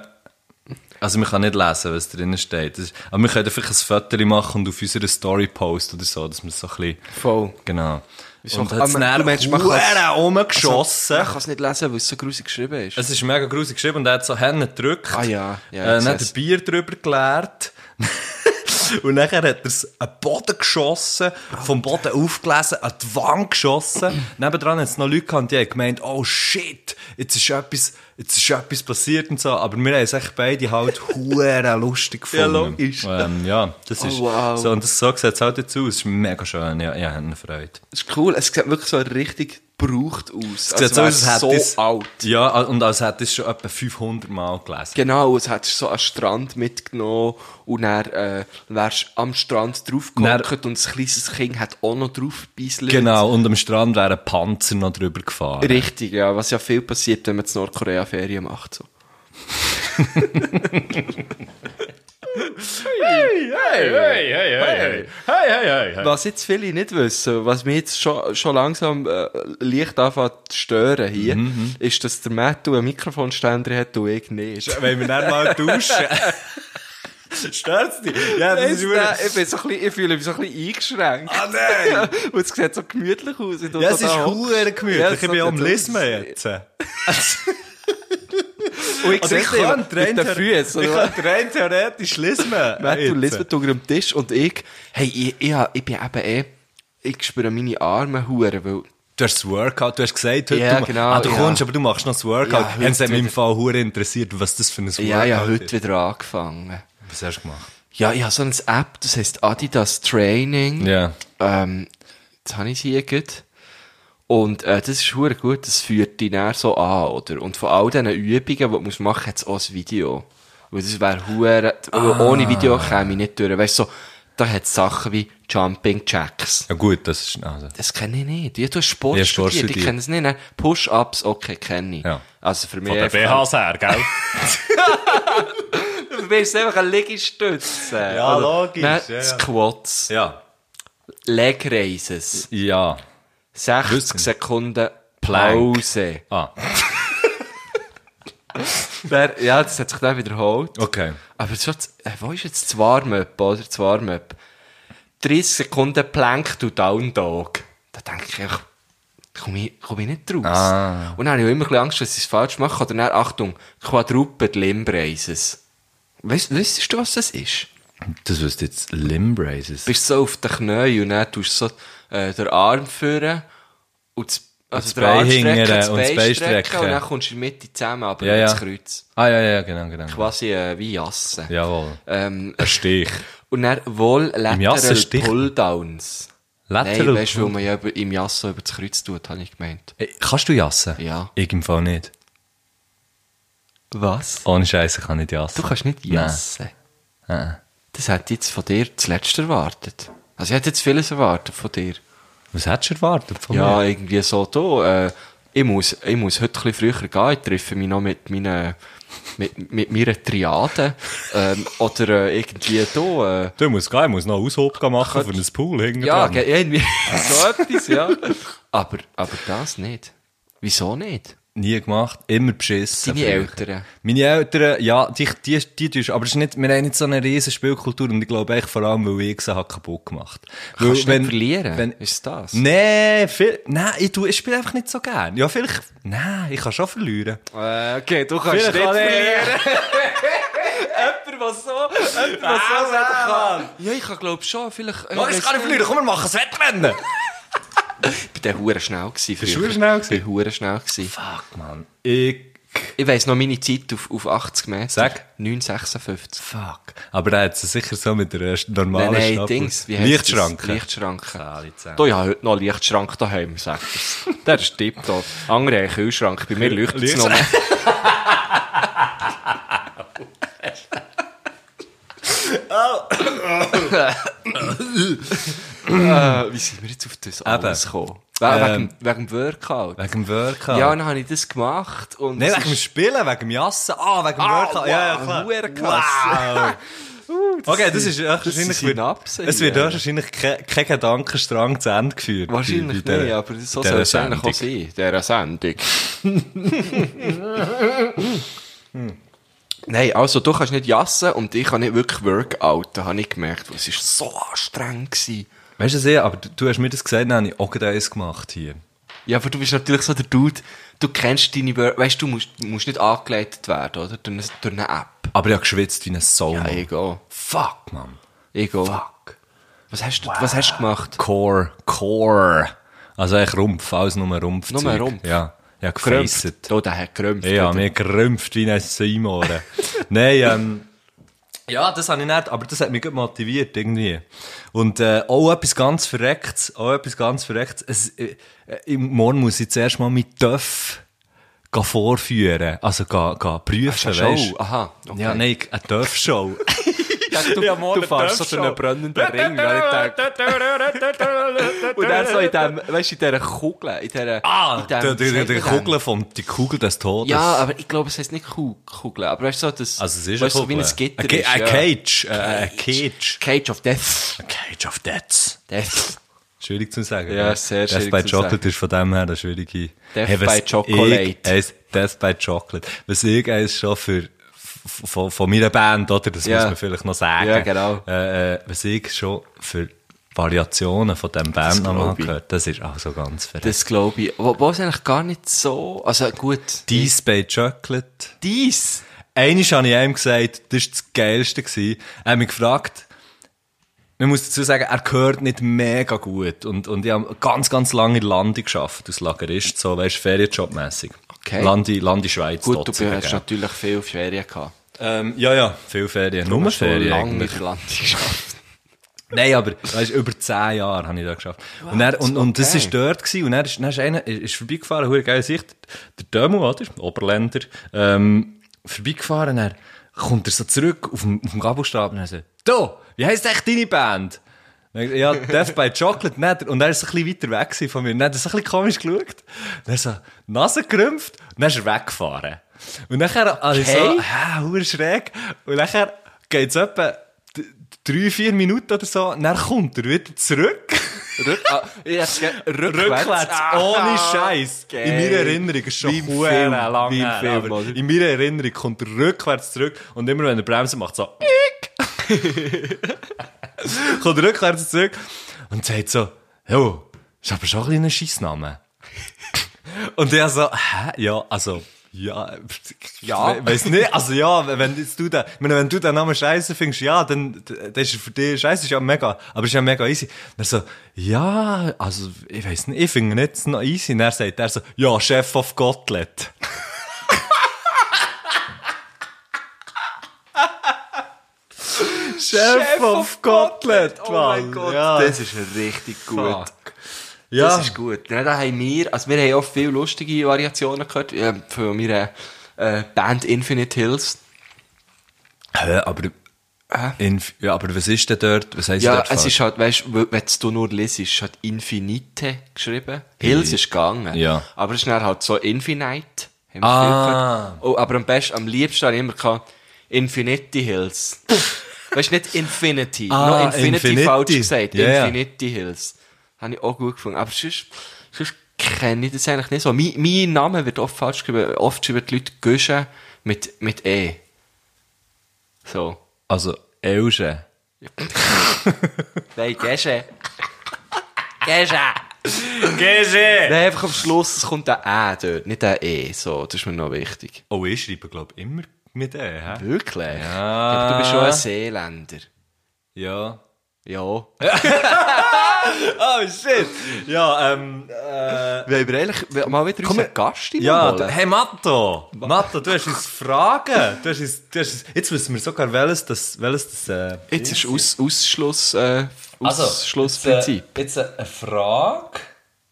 B: also man kann nicht lesen, was drin steht. Das ist, aber wir können vielleicht ein Foto machen und auf unserer Story posten oder so, dass wir es so ein bisschen...
A: Voll.
B: Genau.
A: Wieso-
B: Und
A: Ah,
B: hat es
A: man-
B: dann
A: du meinst, man
B: hure
A: kann's-
B: rumgeschossen.
A: Ich kann es nicht lesen, weil es so grusig geschrieben ist.
B: Es ist mega grusig geschrieben und er hat so Hände gedrückt.
A: Ah ja, ja,
B: äh,
A: ich
B: dann hat
A: seh's.
B: er Bier drüber geleert. und nachher hat er es an den Boden geschossen, vom Boden aufgelesen, an die Wand geschossen. Nebendran hat es noch Leute gehabt, die haben gemeint, oh shit, jetzt ist etwas, jetzt ist etwas passiert und so. Aber wir haben es echt beide halt hure lustig gefunden.
A: logisch. Oh,
B: Ähm, ja, das ist,
A: wow.
B: so, und das, so sieht es halt jetzt aus. Es ist mega schön, ja, ich habe eine Freude.
A: Es ist cool, es sieht wirklich so richtig gebraucht aus.
B: Es sieht so aus, als
A: so
B: hätte ich's-
A: alt.
B: Ja, und als hätte ich es schon etwa 500 Mal gelesen.
A: Genau, es hättest so einen Strand mitgenommen und dann äh, wärst am Strand draufgehockt und ein kleines Kind hat auch noch draufgebisselt.
B: Genau, und am Strand wäre ein Panzer noch drüber gefahren.
A: Richtig, ja, was ja viel passiert, wenn man in Nordkorea Ferien macht. So. Was jetzt viele nicht wissen, was mich jetzt schon, schon langsam äh, leicht anfängt zu stören hier, ist, dass der Mattu einen Mikrofonständer hat und ich nicht.
B: Wenn wir dann mal duschen. Stört's dich? Ja, das
A: Weißt
B: ist
A: du,
B: wirklich...
A: ich, bin so ein bisschen, ich fühle mich so ein bisschen eingeschränkt.
B: Ah, nein!
A: Und es sieht so gemütlich aus. Ich tu
B: Ja,
A: so
B: es
A: da
B: ist
A: hocken.
B: huere
A: Ja,
B: gemütlich.
A: es
B: Ich bin
A: hat
B: am
A: so-
B: Lismen jetzt. Also,
A: Und ich sehe dich
B: kann rein
A: mit den
B: theore-
A: Füßen.
B: Ich
A: oder?
B: kann rein theoretisch Lismen.
A: Matt und
B: jetzt.
A: Lisbeth unter dem Tisch und ich, hey, ich, ich, hab- ich bin eben eh, ich spüre meine Arme hure, weil,
B: Du hast das Workout, du hast gesagt, heute...
A: Ja,
B: du, ma-
A: genau,
B: ah, du
A: ja.
B: kommst, aber du machst noch das
A: Ja,
B: Workout.
A: heute
B: Ja, es hat mich im
A: wieder.
B: Fall hure interessiert, was das für ein Workout
A: ja, ja, heute
B: ist.
A: wieder angefangen.
B: Was hast du gemacht?
A: Ja, ich habe so eine App, dus das heisst Adidas Training.
B: Ja.
A: Ähm, jetzt habe ich sie hier gerade. Und äh, das ist hure gut, das führt dich näher so an, oder? Und von all diesen Übungen, die du musst machen musst, hat es auch ein Video. Weil das wäre hure,
B: Ah.
A: weil ohne Video käme ich nicht durch. Weißt du, so, da hat es Sachen wie Jumping Jacks.
B: Ja gut, das ist... Also.
A: Das kenne ich nicht. Ja, du hast Sport
B: Ja, Sport
A: studiert, ich
B: studiert.
A: kenne es nicht. Nein, Push-Ups, okay, kenne ich.
B: Ja.
A: Also für mich
B: Von der
A: einfach-
B: BHs her, gell?
A: Für mich ist es einfach ein Liegestütze.
B: Ja, logisch,
A: Nein,
B: ja, ja.
A: Squats,
B: ja.
A: Leg Raises,
B: Ja.
A: 60
B: Wissen.
A: Sekunden
B: Plank.
A: Pause.
B: Ah,
A: Wer- ja, das hat sich dann wiederholt.
B: okay.
A: Aber schon, das- äh, wo ist jetzt das Warm-Up, oder? Das Warm-Up. 30 Sekunden Plank to Down Dog. Da denke ich, echt, komm ich, komm ich nicht raus.
B: Ah.
A: Und dann habe ich auch immer ein bisschen Angst, dass ich es falsch mache. Oder dann, Achtung, Quadruped Limb Raises. Weißt, weisst du, was das ist?
B: Das wirst jetzt Limbraces.
A: Du bist so auf den Knien und dann tust du so, äh, den Arm führen und das, also
B: das
A: den Arm
B: Bein
A: strecken,
B: hingern
A: das
B: und das
A: Bein
B: Bein
A: strecken
B: strecken.
A: und dann kommst du in die Mitte zusammen, aber
B: Ja,
A: nicht
B: ja.
A: ins Kreuz.
B: Ah, ja, ja, genau, genau.
A: Quasi äh, wie Jassen.
B: Jawohl.
A: Ähm,
B: Ein Stich.
A: Und dann wohl Lateral
B: Jassenstich?
A: Pulldowns.
B: Lateral
A: Nein, weißt du, weil
B: Pull-
A: man ja über, im Jasso über das Kreuz tut, habe ich gemeint.
B: Ey, kannst du jassen?
A: Ja.
B: Ich im Fall nicht.
A: Was?
B: Ohne Scheiße kann ich nicht jassen.
A: Oh, Du kannst nicht
B: Nein.
A: jassen.
B: Äh.
A: Das hätte ich jetzt von dir zuletzt erwartet. Also ich hätte jetzt vieles erwartet von dir.
B: Was hättest du erwartet von
A: ja,
B: mir?
A: irgendwie so, du, äh, ich, muss, ich muss heute ein bisschen früher gehen, ich treffe mich noch mit meinen, mit, mit meiner Triade, ähm, oder äh, irgendwie du, äh,
B: Du musst gehen, ich muss noch Aushub machen für ein Pool hinten
A: ja,
B: dran.
A: ge- irgendwie so etwas, ja. Aber, aber das nicht. Wieso nicht?
B: Nie gemacht, immer beschissen.
A: Deine
B: früher.
A: Eltern.
B: Meine Eltern, ja, die, die, die, die aber es ist nicht, wir haben nicht so eine riesen Spielkultur und ich glaube eigentlich vor allem, weil ich sie habe kaputt gemacht. Weil
A: Kannst du nicht verlieren?
B: Wenn,
A: Ist das?
B: nee, viel, nein, ich, tu- ich spiele einfach nicht so gern. Ja, vielleicht, nein, ich kann schon verlieren.
A: Äh, okay, du kannst
B: Vielleicht kann er-
A: Jemand, was so, jemand, was so sagen kann. Ja, ich kann glaube schon, vielleicht... Äh,
B: Oh, ich
A: weiss
B: kann nicht verlieren, komm, wir machen das Wettrennen.
A: Ich bin dann hure schnell gewesen.
B: Bist du
A: früher.
B: hure schnell
A: Ich bin hure schnell gewesen.
B: Fuck, man. Ich,
A: Ich weiss noch meine Zeit auf, auf 80 Meter.
B: Sag.
A: 9,56.
B: fuck. Ah, Aber da hat sie sicher so mit der ersten normalen
A: nein, nein,
B: Schnappel-
A: Dings. Wie heisst
B: Lichtschranke.
A: das? Lichtschranke.
B: Ah, die Zähne.
A: Du, ich habe heute noch einen Lichtschrank daheim, sagt er. Der ist tipptopp. Andere haben einen Kühlschrank, bei mir leuchtet es noch. mehr. äh, wie sind wir jetzt auf das alles gekommen? We
B: Ähm,
A: wegen, wegen dem Workout.
B: Wegen dem Workout.
A: ja, dann habe ich das gemacht. Und
B: Nein,
A: es
B: wegen dem
A: ist-
B: Spielen, wegen dem Jassen. Ah, wegen dem
A: Ah,
B: Workout. ja, ja,
A: wow,
B: klar.
A: huere krass.
B: Wow. okay, das ist
A: das
B: wahrscheinlich...
A: sind Synapsen
B: es wird
A: hier.
B: wahrscheinlich kein kein Gedankenstrang zu Ende geführt.
A: Wahrscheinlich
B: bei- bei
A: nicht,
B: dieser-
A: aber so
B: bei
A: soll es
B: dieser
A: eigentlich auch
B: Sendung.
A: sein, dieser Sendung. Nein, also du kannst nicht jassen und ich kann nicht wirklich workouten, habe ich gemerkt. Es war so anstrengend. Gewesen.
B: Weißt du, was ich- aber du- du hast mir das gesagt, dann habe ich auch gerade eins gemacht hier.
A: Ja, aber du bist natürlich so der Dude, du kennst deine Workouts, weißt du, musst, musst nicht angeleitet werden, oder? Durch eine, durch eine App.
B: Aber ich habe geschwitzt wie ein Soul.
A: Ja, egal.
B: Fuck, Mann.
A: Egal. Fuck. Was hast du, was hast du gemacht?
B: Core, Core. Also eigentlich Rumpf, alles nur Rumpf.
A: Nur Rumpf?
B: Ja. Ja,
A: Gerümpft.
B: gefreisset.
A: Oh, der hat gerümpft.
B: Ja,
A: oder?
B: mir gerümpft wie ein Seimohren. Nein, ähm, ja, das habe ich nicht, aber das hat mich gut motiviert irgendwie. Und äh, auch etwas ganz Verrecktes, auch etwas ganz Verrecktes. Es, äh, äh, morgen muss ich zuerst mal mit Töff gehen vorführen, also gehen, gehen prüfen,
A: Eine Show.
B: weisst du.
A: Aha, okay.
B: Ja, nein, eine Töff-Show.
A: Du,
B: Ja,
A: du
B: morgen
A: fährst so
B: darfst
A: durch einen
B: schon.
A: brennenden Ring. Und ich denk- Und dann so in dem, weißt du, in dieser Kugel, in dieser,
B: ah,
A: in dem-
B: die,
A: wie
B: die,
A: sagt
B: die,
A: man
B: Kugel vom, die Kugel des Todes.
A: dem? Ja, aber ich glaube, es heisst nicht Ku- Kugel, aber weißt du, so das,
B: also es ist
A: weißt, du,
B: eine
A: so wie
B: Kugel.
A: ein Gitter
B: Ge-
A: ist,
B: Ein
A: ja.
B: Cage, äh, ein Cage.
A: Cage of Death.
B: Ein Cage of Death.
A: Death.
B: Schwierig zu sagen.
A: Ja,
B: gell?
A: sehr
B: Death
A: schwierig
B: by
A: zu
B: Chocolate
A: sagen.
B: ist von dem her eine schwierige.
A: Death by
B: was
A: Chocolate.
B: Ich, eins- Death by Chocolate. Was ich eins schon für, von, von meiner Band, oder? Das
A: Ja.
B: muss man vielleicht noch sagen.
A: Ja, genau.
B: Äh, äh, was ich schon für Variationen von diesem Bandnamen
A: glaub ich.
B: gehört, das ist auch so ganz verrückt.
A: Das glaube ich. Wo, wo ist eigentlich gar nicht so, also gut.
B: Dies by Chocolate.
A: Dies.
B: Eines habe ich ihm gesagt, das war das Geilste. gewesen. Er hat mich gefragt, man muss dazu sagen, er gehört nicht mega gut. Und, und ich habe ganz, ganz lange in Lande geschafft, als Lagerist, so, weißt du, Ferienjobmässig.
A: Okay.
B: Landi, Landi Schweiz,
A: Gut, du
B: Dotzigen,
A: hast
B: gell.
A: natürlich viel Ferien gehabt.
B: ähm, Ja, ja, viel Ferien. Nur
A: Hast du
B: Ferien.
A: lange
B: eigentlich.
A: in der Landung geschafft.
B: Nein, aber weißt, über zehn Jahre habe ich da geschafft. und er, und, und das
A: okay.
B: war dort. Gewesen, und er ist, dann ist einer ist, ist vorbeigefahren, eine geile Sicht. Der Dömo, oder? Oberländer. Ähm, vorbeigefahren, er kommt er so zurück auf dem, auf dem Gabelstab und er sagt, «Du, wie heisst echt deine Band?» Und ich, ja, Death by Chocolate. Und dann- Und er ist so ein bisschen weiter weg gewesen von mir. Und dann hat er so ein bisschen komisch geschaut. Und er so, die Nase gerümpft. Und dann ist er weggefahren. Und nachher, also so,
A: Okay.
B: hä, hure schräg. Und nachher geht's etwa d- drei, vier Minuten oder so. Und dann kommt er wieder zurück.
A: Rück, ah, ich hab's ge- rückwärts.
B: Rückwärts, ohne Scheiß. In
A: geil.
B: meiner Erinnerung ist schon
A: Wie im
B: hure
A: Film,
B: lang
A: wie im
B: her,
A: Film,
B: aber
A: oder?
B: In meiner Erinnerung kommt er rückwärts zurück. Und immer wenn er bremst, macht so, kommt rückwärts zurück und sagt so, jo, ist aber schon ein kleiner Scheissname. und der so, hä, ja, also, ja,
A: Ja.
B: ja. weiß nicht, also ja, wenn jetzt du den, ich meine, wenn du den Namen Scheiße findest, ja, dann, dann ist er für dich Scheiße, ist ja mega, aber ist ja mega easy. Und er so, ja, also, ich weiß nicht, ich finde ihn jetzt noch easy. Und er sagt, er so, ja, Chef of Gottlet. Chef of Gottlet,
A: Oh mein
B: Mann.
A: Gott,
B: ja.
A: das ist richtig gut.
B: Fuck. Ja.
A: Das ist gut. Ja, da haben wir, also wir haben auch viele lustige Variationen gehört. Ja, von meiner äh, Band Infinite Hills.
B: Hä, aber, Inf- ja, aber was ist denn dort? Was heisst
A: Ja,
B: dort
A: es
B: falsch?
A: ist halt, weißt du, wenn du nur liest, ist halt Infinite geschrieben. Hills ist gegangen.
B: Ja.
A: Aber es ist dann halt so Infinite. haben wir
B: Ah.
A: viel gehört. Oh, aber am besten, am liebsten habe ich immer gehabt, Infinity Hills. weißt du, nicht Infinity.
B: Ah,
A: noch Infinity,
B: Infinity.
A: falsch gesagt.
B: Ja, ja.
A: Infinity Hills. Habe ich auch gut gefunden. Aber sonst, sonst kenne ich das eigentlich nicht so. Mein, mein Name wird oft falsch geschrieben. Oft schreiben die Leute Güsche mit, mit E. So.
B: Also, Elche.
A: Nein, Gesche. Gesche.
B: Gesche!
A: Nein, einfach am Schluss, es kommt ein Ä dort, nicht ein E. So, das ist mir noch wichtig.
B: Oh, ich schreibe, glaube ich, immer mit E, hä?
A: Wirklich?
B: Ja.
A: Aber du bist schon ein Seeländer.
B: Ja.
A: Ja. Wollen
B: Oh, shit! Ja, ähm...
A: wir eigentlich mal wieder unseren Gast
B: Ja,
A: holen?
B: d- hey Matto! Matto, du hast uns Fragen! Du hast uns, du hast uns, jetzt wissen wir sogar, welches das... Welches das äh,
A: Jetzt ist Aus Ausschluss, äh, Ausschlussprinzip.
B: Jetzt, äh, eine Frage.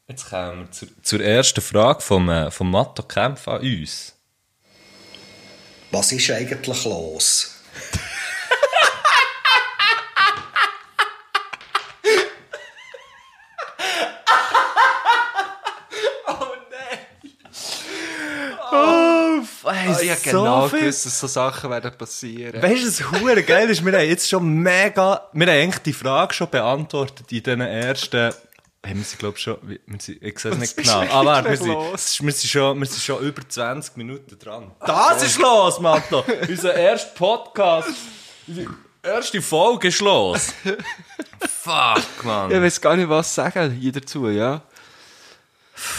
B: Jetzt kommen wir zur, ersten Frage vom, äh, vom Matto Kempf an uns.
E: Was ist eigentlich los?
A: Ah, ich habe genau gewusst, dass so Sachen werden passieren.
B: Weißt du, was hure geil ist? Wir haben jetzt schon mega, wir haben eigentlich die Frage schon beantwortet in diesen ersten, hey, wir sind, glaube ich, schon, wir sind, ich sehe es nicht genau.
A: ist
B: Aber wir
A: wirklich
B: sind,
A: los?
B: wir, sind schon, wir sind schon über 20 Minuten dran. Das ist los, Matto! Unser erster Podcast, unsere erste Folge ist los. Fuck, Mann.
A: Ich weiß gar nicht, was sagen hier dazu, ja.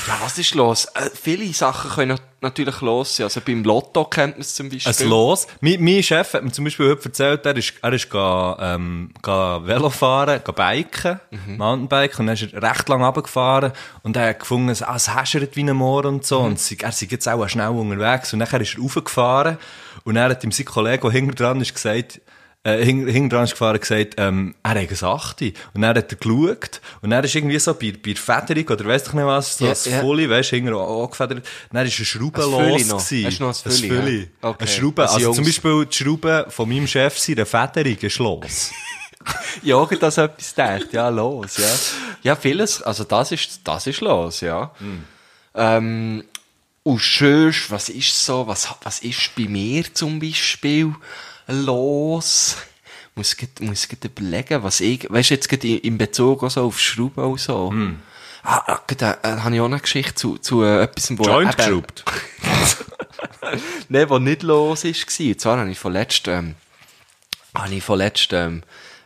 A: Ja, was ist los? Äh, viele Sachen können nat- natürlich los sein. Also beim Lotto kennt man es zum Beispiel.
B: Ein Los. Mein, mein Chef hat mir zum Beispiel heute erzählt, er ist, er ist ga, ähm, ga Velo fahren, ga biken,
A: Mhm.
B: Mountainbiken, und dann ist er recht lang runtergefahren, und er hat gefunden, es, ah, es häschert wie ein Moor und so,
A: Mhm.
B: und sie, er sei jetzt auch schnell unterwegs, und nachher ist er raufgefahren, und er hat ihm sein Kollege, der hinten dran ist, gesagt, äh, hing- hinten dran ist gefahren, gesagt, ähm, er hat eine Achte. Und dann hat er geschaut, und dann ist irgendwie so bei, bei der Federung, oder weiss ich nicht was, so
A: Ja,
B: das
A: ja.
B: Fully, weisst du, hinten auch angefedert, dann ist eine Schraube
A: Ein
B: los
A: Fülli noch.
B: gewesen.
A: Hast du noch ein
B: Ein
A: Fülli,
B: Fülli.
A: ja? Okay.
B: Eine Schraube.
A: Ein
B: also
A: Jungs.
B: zum Beispiel die Schraube von meinem Chef seiner Federung ist los.
A: Ja, gut, dass etwas denkt. Ja, los, ja. Ja, vieles, also das ist, das ist los, ja. Ähm, und sonst, was ist so, was, was ist bei mir zum Beispiel los? Muss ich muss ich überlegen, was ich, weißt du, jetzt gerade in in Bezug auch so auf Schrauben und so. Ah, ah, gerade, äh, habe ich auch eine Geschichte zu, zu äh, etwas, wo... eben- Nein, was nicht los ist, war. Und zwar habe ich vorletzt, ähm, habe ich vorletzt, ähm,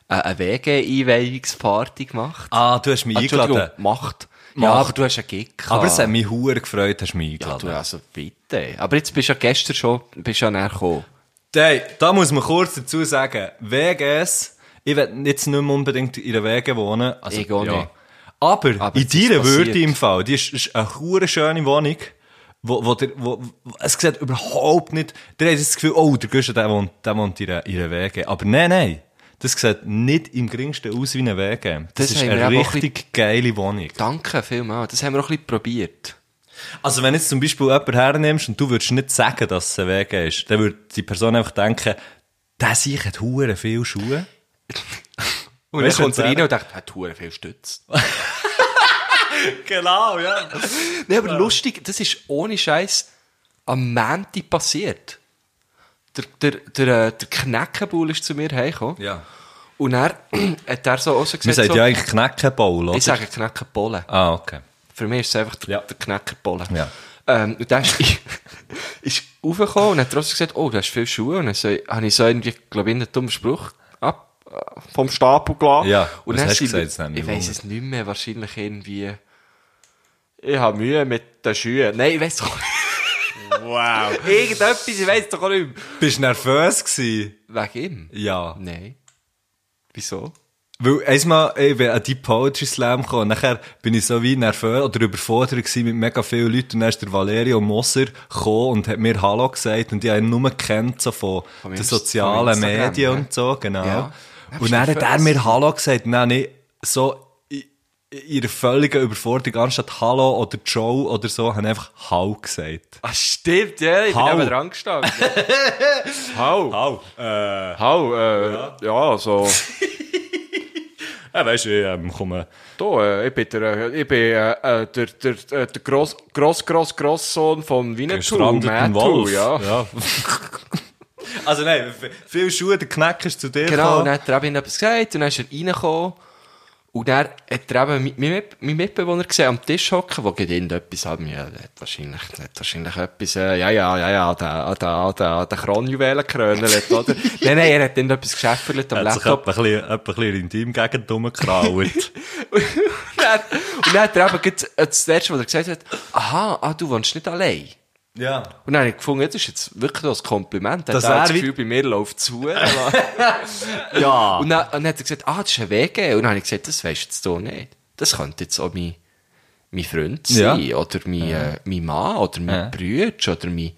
A: eine eine WG-Einweihungsparty gemacht.
B: Ah, du hast mich
A: Entschuldigung,
B: eingeladen.
A: Macht. Ja,
B: Macht.
A: aber du hast einen Gig gehabt.
B: Aber es hat mich hure gefreut, hast du mich
A: Ah. ja, du,
B: eingeladen.
A: also bitte. Aber jetzt bist du ja gestern schon, bist ja näher gekommen.
B: hey, da muss man kurz dazu sagen, WGS, ich will jetzt nicht mehr unbedingt in der Wege wohnen. Also,
A: Ich auch nicht.
B: Aber,
A: Aber
B: in
A: es ist
B: deiner
A: passiert.
B: Würde im Fall, die ist, ist eine hure schöne Wohnung. Wo, wo der, wo, wo- es sieht überhaupt nicht, der hat jetzt das Gefühl, oh, der Güsche, der wohnt, der wohnt in der, in der Wege. Aber nein, nein. Das sieht nicht im geringsten aus wie eine Wege. Das,
A: Das
B: ist
A: haben
B: eine
A: wir aber auch
B: richtig geile Wohnung.
A: Danke vielmals. Das haben wir auch ein bisschen probiert.
B: Also wenn jetzt zum Beispiel jemanden hernimmst und du würdest nicht sagen, dass es ein Weg ist, dann würde die Person einfach denken, der sich hat hure viele Schuhe.
A: Und
B: Weißt du,
A: dann kommt er
B: wenn's
A: rein und denkt, hat Huren viel Stütz.
B: Genau, ja.
A: Nee, aber lustig, das ist ohne Scheiß am Mänti passiert. Der, der, der, äh, der Kneckenbull ist zu mir heimgekommen.
B: Ja.
A: Und er hat er so auch so
B: Wir
A: gesagt,
B: sagen
A: so,
B: ja eigentlich Kneckenbaul, oder?
A: ich sage Kneckenbollen.
B: Ah, okay.
A: Für mich ist es einfach der,
B: Ja.
A: der Kneckerbollen.
B: Ja.
A: Ähm, und dann ist, ist raufgekommen und hat trotzdem gesagt, oh, du hast viele Schuhe. Und dann so, habe ich so irgendwie, glaube ich, einen dummen Spruch ab, äh, vom Stapel Oh, gelassen.
B: Ja,
A: und
B: was
A: dann
B: hast du
A: sind wir-
B: gesagt? Das nimmt mich
A: Ich weiß es nicht mehr, wahrscheinlich irgendwie, ich habe Mühe mit den Schuhen. Nein, ich weiß doch nicht. Wow. Irgendetwas, ich weiß doch auch nicht mehr.
B: Bist du nervös gewesen?
A: Wegen ihm?
B: Ja.
A: Nein. Wieso?
B: Weil einmal, ich bin an die Poetry Slam gekommen, und nachher bin ich so wie nervös oder überfordert gewesen mit mega vielen Leuten, und dann ist der Valerio Moser gekommen und hat mir Hallo gesagt, und ich habe ihn nur gekannt, so von,
A: Vom
B: den
A: Inst-
B: sozialen
A: vom Instagram,
B: Medien
A: ja.
B: und so, genau.
A: Ja.
B: Und dann hat er mir Hallo gesagt, und dann habe ich so, ich, ihrer völligen Überforderung anstatt Hallo oder Joe oder so, haben einfach Hau gesagt.
A: Ah, stimmt, ja, ich bin
B: Hau.
A: eben dran gestanden. Hau.
B: Hau, äh,
A: Hau, äh, ja. so.
B: ja, weisst du, ich ähm, komme...
A: Da, äh, ich bin der, äh, ich bin, äh, äh, der, der, äh, der Gross, Gross, Gross, Grosssohn von Winnetou,
B: gestrandeten
A: Matthew,
B: Wolf.
A: ja.
B: also nein, v- viele Schuhe, der Knack ist zu dir
A: Genau, und
B: gekommen.
A: dann hat er eben etwas gesagt, und dann ist er reingekommen, und dann hat er eben meinen Mit- meinen Mitbewohner gesehen, am Tisch hocken, wo geht irgendetwas an mir, der hat wahrscheinlich, der hat wahrscheinlich etwas, äh, ja, ja, ja, ja, der, der, der, der Kronjuwelenkrönelt, oder? nein, nein, er hat irgendetwas geschäffert am
B: Hat sich
A: Laptop.
B: etwa ein bisschen, etwa ein bisschen in deinem Gegend rumgekraut.
A: Und dann, und dann hat er eben gerade das letzte, was er gesagt hat, aha, ah, du wohnst nicht allein.
B: ja.
A: Und dann habe ich gefunden, das ist jetzt wirklich noch ein Kompliment. Dass
B: Dass
A: er hat
B: er
A: auch das
B: wie-
A: Gefühl, bei mir läuft zu.
B: Ja.
A: und, dann, und dann hat er gesagt, ah, das ist ein WG. Und dann habe ich gesagt, das weisst jetzt du nicht. Das könnte jetzt auch mein, mein Freund sein. Oder mein, äh, mein Mann. Oder mein
B: Ja.
A: Bruder. Oder mein,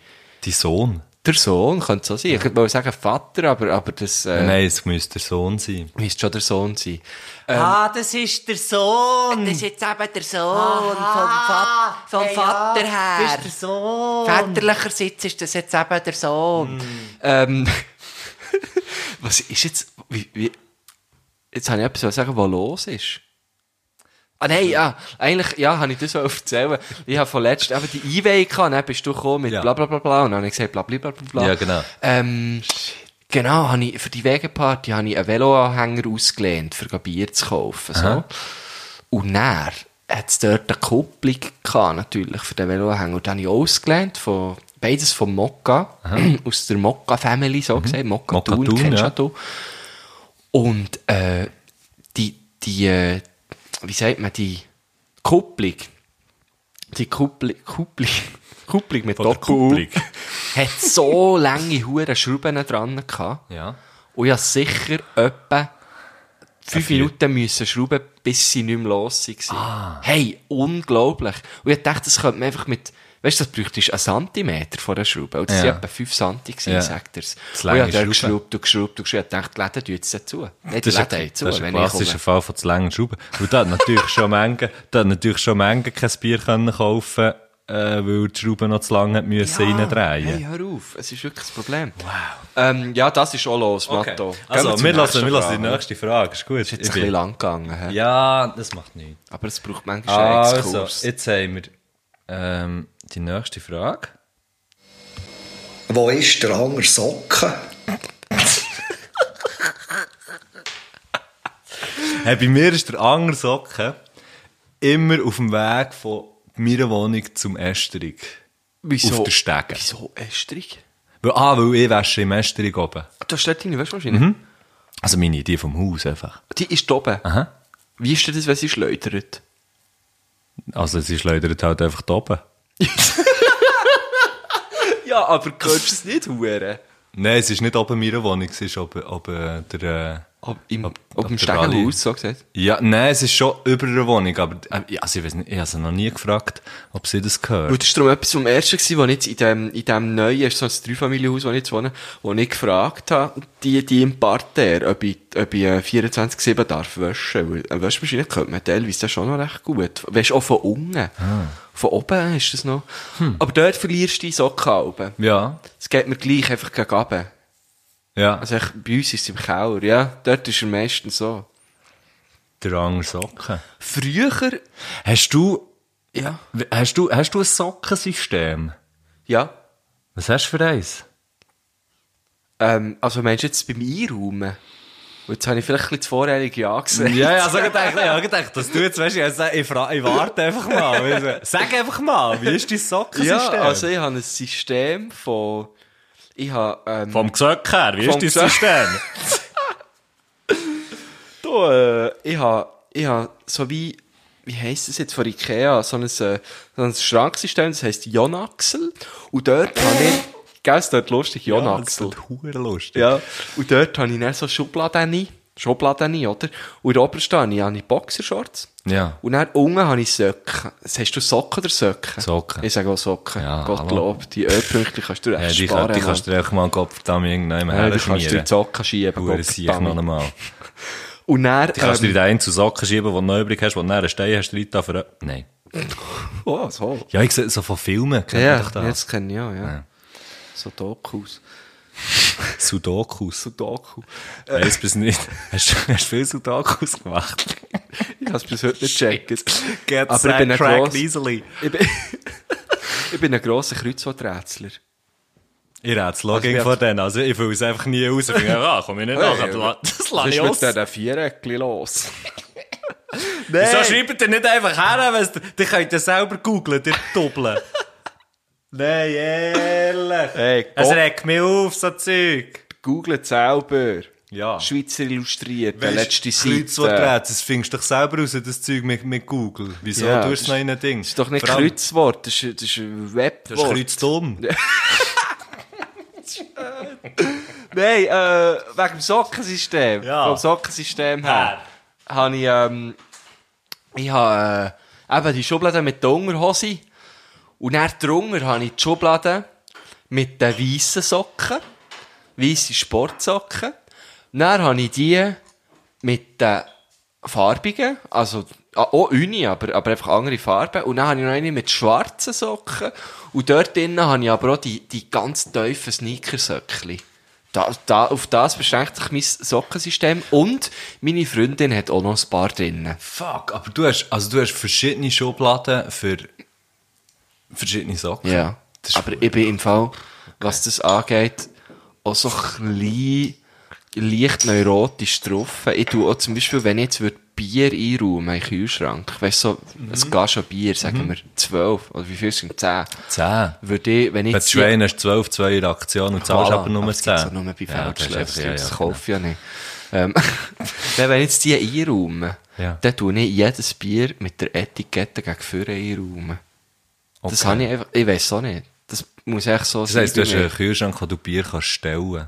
B: Dein Sohn?
A: der Sohn könnte so sein. Ich könnte mal sagen Vater, aber, aber das äh,
B: Nein, es müsste der Sohn sein.
A: müsste schon der Sohn sein.
B: ah, das ist der Sohn!
F: Das ist jetzt eben der Sohn vom, Vat vom Vater her.
B: der Sohn!
F: Väterlicherseits ist das jetzt eben der Sohn.
A: Ähm, was ist jetzt... Wie, wie, jetzt habe ich etwas zu sagen, was los ist. Ah nein, ja, eigentlich, ja, habe ich das auch erzählen. Ich habe vorletzt eben die Einweihung gehabt, dann bist du gekommen mit
B: Ja.
A: bla bla bla bla und dann habe ich gesagt bla bla bla bla, bla.
B: Ja, genau.
A: Ähm, genau, habe ich, für die Wegeparty habe ich einen Veloanhänger ausgelehnt, für Bier zu kaufen, so. Und dann hat es dort eine Kupplung gehabt, natürlich, für den Veloanhänger. Und dann habe ich ausgelehnt von, beides vom Mokka, aus der Mokka-Family, so gesagt, Mokka,
B: Mhm. Mokka
A: Thun,
B: Thun,
A: kennst
B: ja.
A: ja du. Und äh, die, die äh, wie sagt man, die Kupplung, die Kupplung, Kupplung, Kupplung mit
B: Von der
A: Doppel
B: Kupplung.
A: hat so lange hure Schrauben dran gehabt.
B: Ja.
A: Und ich hab sicher etwa fünf
B: viel.
A: Minuten müssen schrauben, bis sie nicht mehr los waren.
B: Ah.
A: Hey, unglaublich. Und ich dachte, das könnte man einfach mit, weißt du, das bräuchtest einen Zentimeter von der Schraube. Und das
B: Ja.
A: sind etwa fünf Santi gewesen,
B: Ja.
A: sagt er's.
B: Das
A: Und ich
B: lange
A: hab dort
B: Schrauben.
A: geschraubt und geschraubt und geschraubt. Ich dachte, die Läden tun jetzt zu. Nein, die
B: Das ist
A: Läden
B: ein,
A: haben zu,
B: das ist ein
A: wenn ich
B: klassischer
A: komme.
B: Fall von zu langen Schrauben. Und da hat natürlich schon Menge, da hat natürlich schon Menge kein Bier können kaufen äh, weil die Schrauben noch zu lange hat müssen reindrehen.
A: Hey, hör auf, es ist wirklich ein Problem. Wow. Ähm, ja, das ist auch los, Matto.
B: Okay.
A: Gehen
B: Also,
A: zur
B: wir lassen,
A: nächsten
B: wir lassen die
A: Frage.
B: nächste Frage. Ist gut.
A: Das ist jetzt
B: Ich
A: ein
B: bin-
A: bisschen lang gegangen. hä?
B: ja, das macht nichts.
A: Aber es braucht manchmal einen
B: Also,
A: Exkurs.
B: jetzt haben wir ähm, die nächste Frage.
E: Wo ist der andere Socken?
B: Hey, bei mir ist der andere Socken immer auf dem Weg von meiner Wohnung zum Esterich. Auf der Stege.
A: Wieso Österreich?
B: Weil, ah, weil ich wäsche im Esterich oben.
A: Du hast dort deine Waschmaschine?
B: Also meine Idee vom Haus einfach.
A: Die ist da oben.
B: Aha.
A: Wie ist denn das, wenn sie schleudert?
B: Also sie schleudert halt einfach da oben.
A: Ja, aber kannst du es nicht hören?
B: Nein, es ist nicht oben meiner Wohnung, es ist oben, oben der... Äh,
A: Ob, Ah, im, ob,
B: Ob- ob
A: im
B: der Rallye-
A: Stegenhaus, so gesagt.
B: ja, nein, es ist schon über der Wohnung, aber äh, also ich weiß nicht, ich habe sie noch nie gefragt, ob sie das
A: Weil
B: gehört.
A: das war darum etwas vom Ersten, gewesen, wo ich jetzt in dem, in dem neuen, so ein Dreifamilienhaus, wo ich jetzt wohne, wo ich gefragt habe, die, die im Parterre, ob ich, ob ich äh, 24-7 darf waschen. Weil äh, eine Waschmaschine könnte man teilweise dann schon noch recht gut. Weißt du, auch von unten.
B: Ah.
A: Von oben ist das noch.
B: Hm.
A: Aber dort verlierst du die Socken oben.
B: Ja,
A: Es geht mir gleich einfach gegen runter.
B: ja.
A: Also ich, bei uns ist es im Keller, ja. Dort ist er meistens so.
B: der andere Socken.
A: Früher?
B: Hast du,
A: Ja.
B: hast du, hast du ein Sockensystem?
A: Ja.
B: Was hast du für eins?
A: Ähm, also meinst du jetzt beim Einräumen? Und Jetzt habe ich vielleicht ein bisschen zu voreilig Ja gesagt.
B: Ja, ja, so gedacht, ja, gedacht, dass du jetzt, weißt, ich, ich, fra- ich warte einfach mal. Weißt, sag einfach mal, wie ist dein Sockensystem?
A: Ja, also ich habe ein System von... Ich habe... Ähm,
B: vom Gesöck her, wie
A: Vom
B: ist dein
A: Gesöck-
B: System?
A: du, äh, ich habe... Ich habe so wie... Wie heisst das jetzt von Ikea? So ein, äh, so ein Schranksystem, das heisst Jonaxel. Und dort habe ich... Gell, es dort lustig, Jonaxel.
B: Hure lustig.
A: Ja, und dort habe ich dann so Schubladen, Schubladen, oder? Und in der obersten habe ich, habe ich Boxershorts.
B: Ja.
A: Und dann unten habe ich Socken. Hast du Socken oder Socken?
B: Socken.
A: Ich sage auch Socken.
B: Ja,
A: Gottlob, die Ölpünktli kannst du
B: Ja,
A: recht
B: die,
A: sparen.
B: kann- die
A: Mann.
B: kannst du dir einfach mal den Kopf da irgendwann
A: ja, die kannst du dir die
B: herschmieren.
A: Socken schieben.
B: Hure
A: Gott,
B: sieh ich noch
A: Dami.
B: einmal.
A: Und dann,
B: Du kannst dir
A: ähm,
B: den einen zu Socken schieben, den du noch übrig hast, wo du dann einen Stein hast, rein da für... Nein.
A: oh, so.
B: Ja, ich sehe so von Filmen, kennt ihr
A: Ja,
B: doch das?
A: jetzt kenne ich auch, ja. So Dokus.
B: Sudokus.
A: So Doku.
B: Äh. Weiss bis nicht. Hast du hast viel Sudokus gemacht?
A: Ich habe es bis heute nicht gecheckt.
B: Get
A: Aber ich bin ein
B: sidetracked
A: gross-
B: easily.
A: Ich bin, ich bin ein grosser Kreuzworträtsler.
B: Ich rätsel auch gegen vor denen. Also ich fühle es einfach nie raus. Ich finde, ah, komm ich nicht nach.
A: äh,
B: aber Das lasse ich aus.
A: diesen Viereckchen los?
B: Wieso schreibt ihr nicht einfach her? weisst ihr? Ihr könnt ja selber googeln, ihr Doppeln. Nein, ehrlich.
A: Hey,
B: es
A: Gott.
B: regt mich auf, so Zeug.
A: Googelt selber.
B: Ja.
A: Schweizer Illustriert, der letzte Seite.
B: Kreuzworträtsel, das findest du doch selber raus, das Zeug mit, mit Google. Wieso
A: Ja,
B: tust du es noch
A: das
B: in ein Ding?
A: Das ist doch nicht
B: Vor allem,
A: Kreuzwort, das ist, das ist ein
B: Das ist
A: Webwort.
B: kreuzdumm.
A: Nein, äh, wegen dem Sockensystem.
B: Ja.
A: Vom Sockensystem her. Habe ich, ähm, ich habe, äh, eben die Schublade mit der Unterhose. Und dann drunter habe ich die Schublade mit den weißen Socken. Weisse Sportsocken. Und dann habe ich die mit den farbigen, also ah, auch Uni, aber, aber einfach andere Farben. Und dann habe ich noch eine mit schwarzen Socken. Und dort drinnen habe ich aber auch die, die ganz tiefen Sneakersöckchen. Da, da, auf das beschränkt sich mein Sockensystem. Und meine Freundin hat auch noch ein paar drinnen.
B: Fuck, aber du hast, also du hast verschiedene Schubladen für verschiedene Socken.
A: Ja.
B: Das ist
A: Aber ich bin im Fall, was das angeht, auch so klein, leicht neurotisch drauf. Ich tue auch zum Beispiel, wenn ich jetzt würde Bier einräumen im Kühlschrank, weißt so,
B: Mhm.
A: es geht schon Bier, sagen wir zwölf, oder wie viel sind zehn?
B: Zehn.
A: Würde ich, wenn ich
B: Wenn du
A: jetzt...
B: Schwein hast, 12, 2 in Aktion und zahlst
A: Voilà.
B: aber nur
A: das gibt's
B: 10.
A: auch nur bei
B: Ja, das ist
A: Feldschläfs,
B: einfach- ja,
A: das
B: ja,
A: kaufe ich ja nicht. Ähm, wenn ich jetzt die einräume,
B: Ja.
A: dann tue ich jedes Bier mit der Etikette gegen vorne einräumen. Das
B: Okay.
A: habe ich einfach, ich weiß auch nicht. Das muss echt so
B: Das heisst, du
A: bei
B: hast
A: mir.
B: einen Kühlschrank, wo du Bier kannst stellen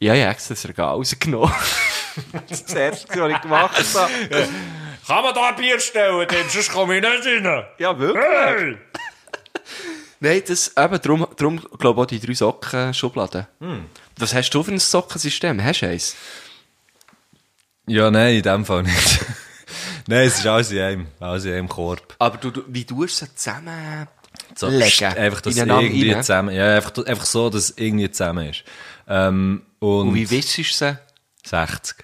A: Ja, ja, extra das Regal rausgenommen. das ist das Erste, was ich gemacht habe.
B: Kann man da Bier stellen, denn sonst komme ich nicht rein.
A: Ja, wirklich. Nein, das, eben, darum, darum glaube ich auch die drei Socken-Schubladen. Was hast du für ein Sockensystem? Hast du eins?
B: Ja, nein, in dem Fall nicht. nein, es ist alles in einem, alles in einem Korb.
A: Aber du, du, wie tust du sie zusammen?
B: So,
A: legen?
B: Einfach, dass
A: Ineinander
B: irgendwie
A: rein?
B: zusammen, ja, einfach, einfach so, dass es irgendwie zusammen ist. Ähm, und,
A: Und wie wissen du sie?
B: 60.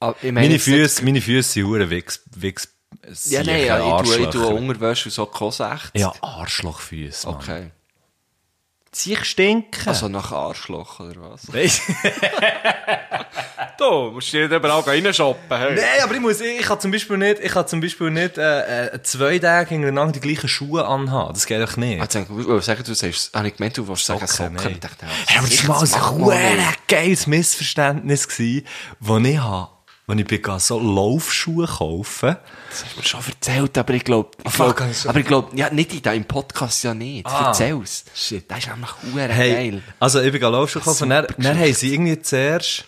A: Ah, ich meine
B: Meine
A: jetzt
B: Füße, meine Füße sind hure Wichs, Wichs,
A: nicht- Ja, nein, ja, ich tue, ich tue Unterwäsche und Socken auch 60.
B: Ja, Arschlochfüße, Mann.
A: Okay.
B: Sich stinken.
A: Also nach Arschloch, oder was?
B: Nein,
A: Du musst dir aber auch reinshoppen. Hey.
B: aber ich muss, ich ich kann zum Beispiel nicht, ich kann zum Beispiel nicht, äh, äh, zwei Tage hintereinander die gleichen Schuhe anhaben. Das geht doch nicht.
A: Ich wollte sagen, äh, du sagst, habe ich gemeint, du willst sagen Socken.
B: nein.
A: Ich dachte,
B: Hey, aber das war mal so
A: mach
B: ein
A: mal
B: hure geiles Missverständnis, gewesen, wo ich habe, wenn ich bin, so Laufschuhe kaufen.
A: Das hast du mir schon erzählt, aber ich glaube, ich
B: fuck,
A: glaub,
B: hab ich so-
A: aber ich glaube, ja, nicht in da, im Podcast ja nicht.
B: Ah.
A: Erzähl's. Shit. Das ist nämlich hure
B: Hey,
A: geil.
B: also ich bin Laufschuhe kaufen, dann,
A: super
B: dann haben sie irgendwie zuerst,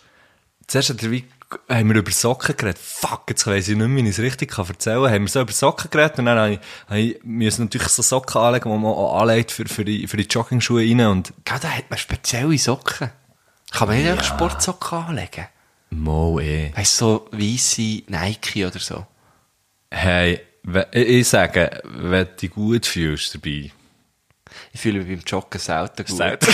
B: zuerst hat er wie, haben wir über Socken geredet. Fuck, jetzt weiss ich nicht mehr, wie ich es richtig kann erzählen kann. Haben wir so über Socken geredet und dann habe ich, habe ich müssen natürlich so Socken anlegen, die man auch anlegt für, für die, für die Jogging-Schuhe rein und
A: Gell, da hat man spezielle Socken. Kann man nicht einfach Sportsocken anlegen?
B: Mo, eh.
A: Weißt du, so weisse Nike oder so.
B: Hey, we- ich ich sage, wenn du dich gut fühlst dabei,
A: Ich fühle mich beim Joggen selten gut.
B: Selten.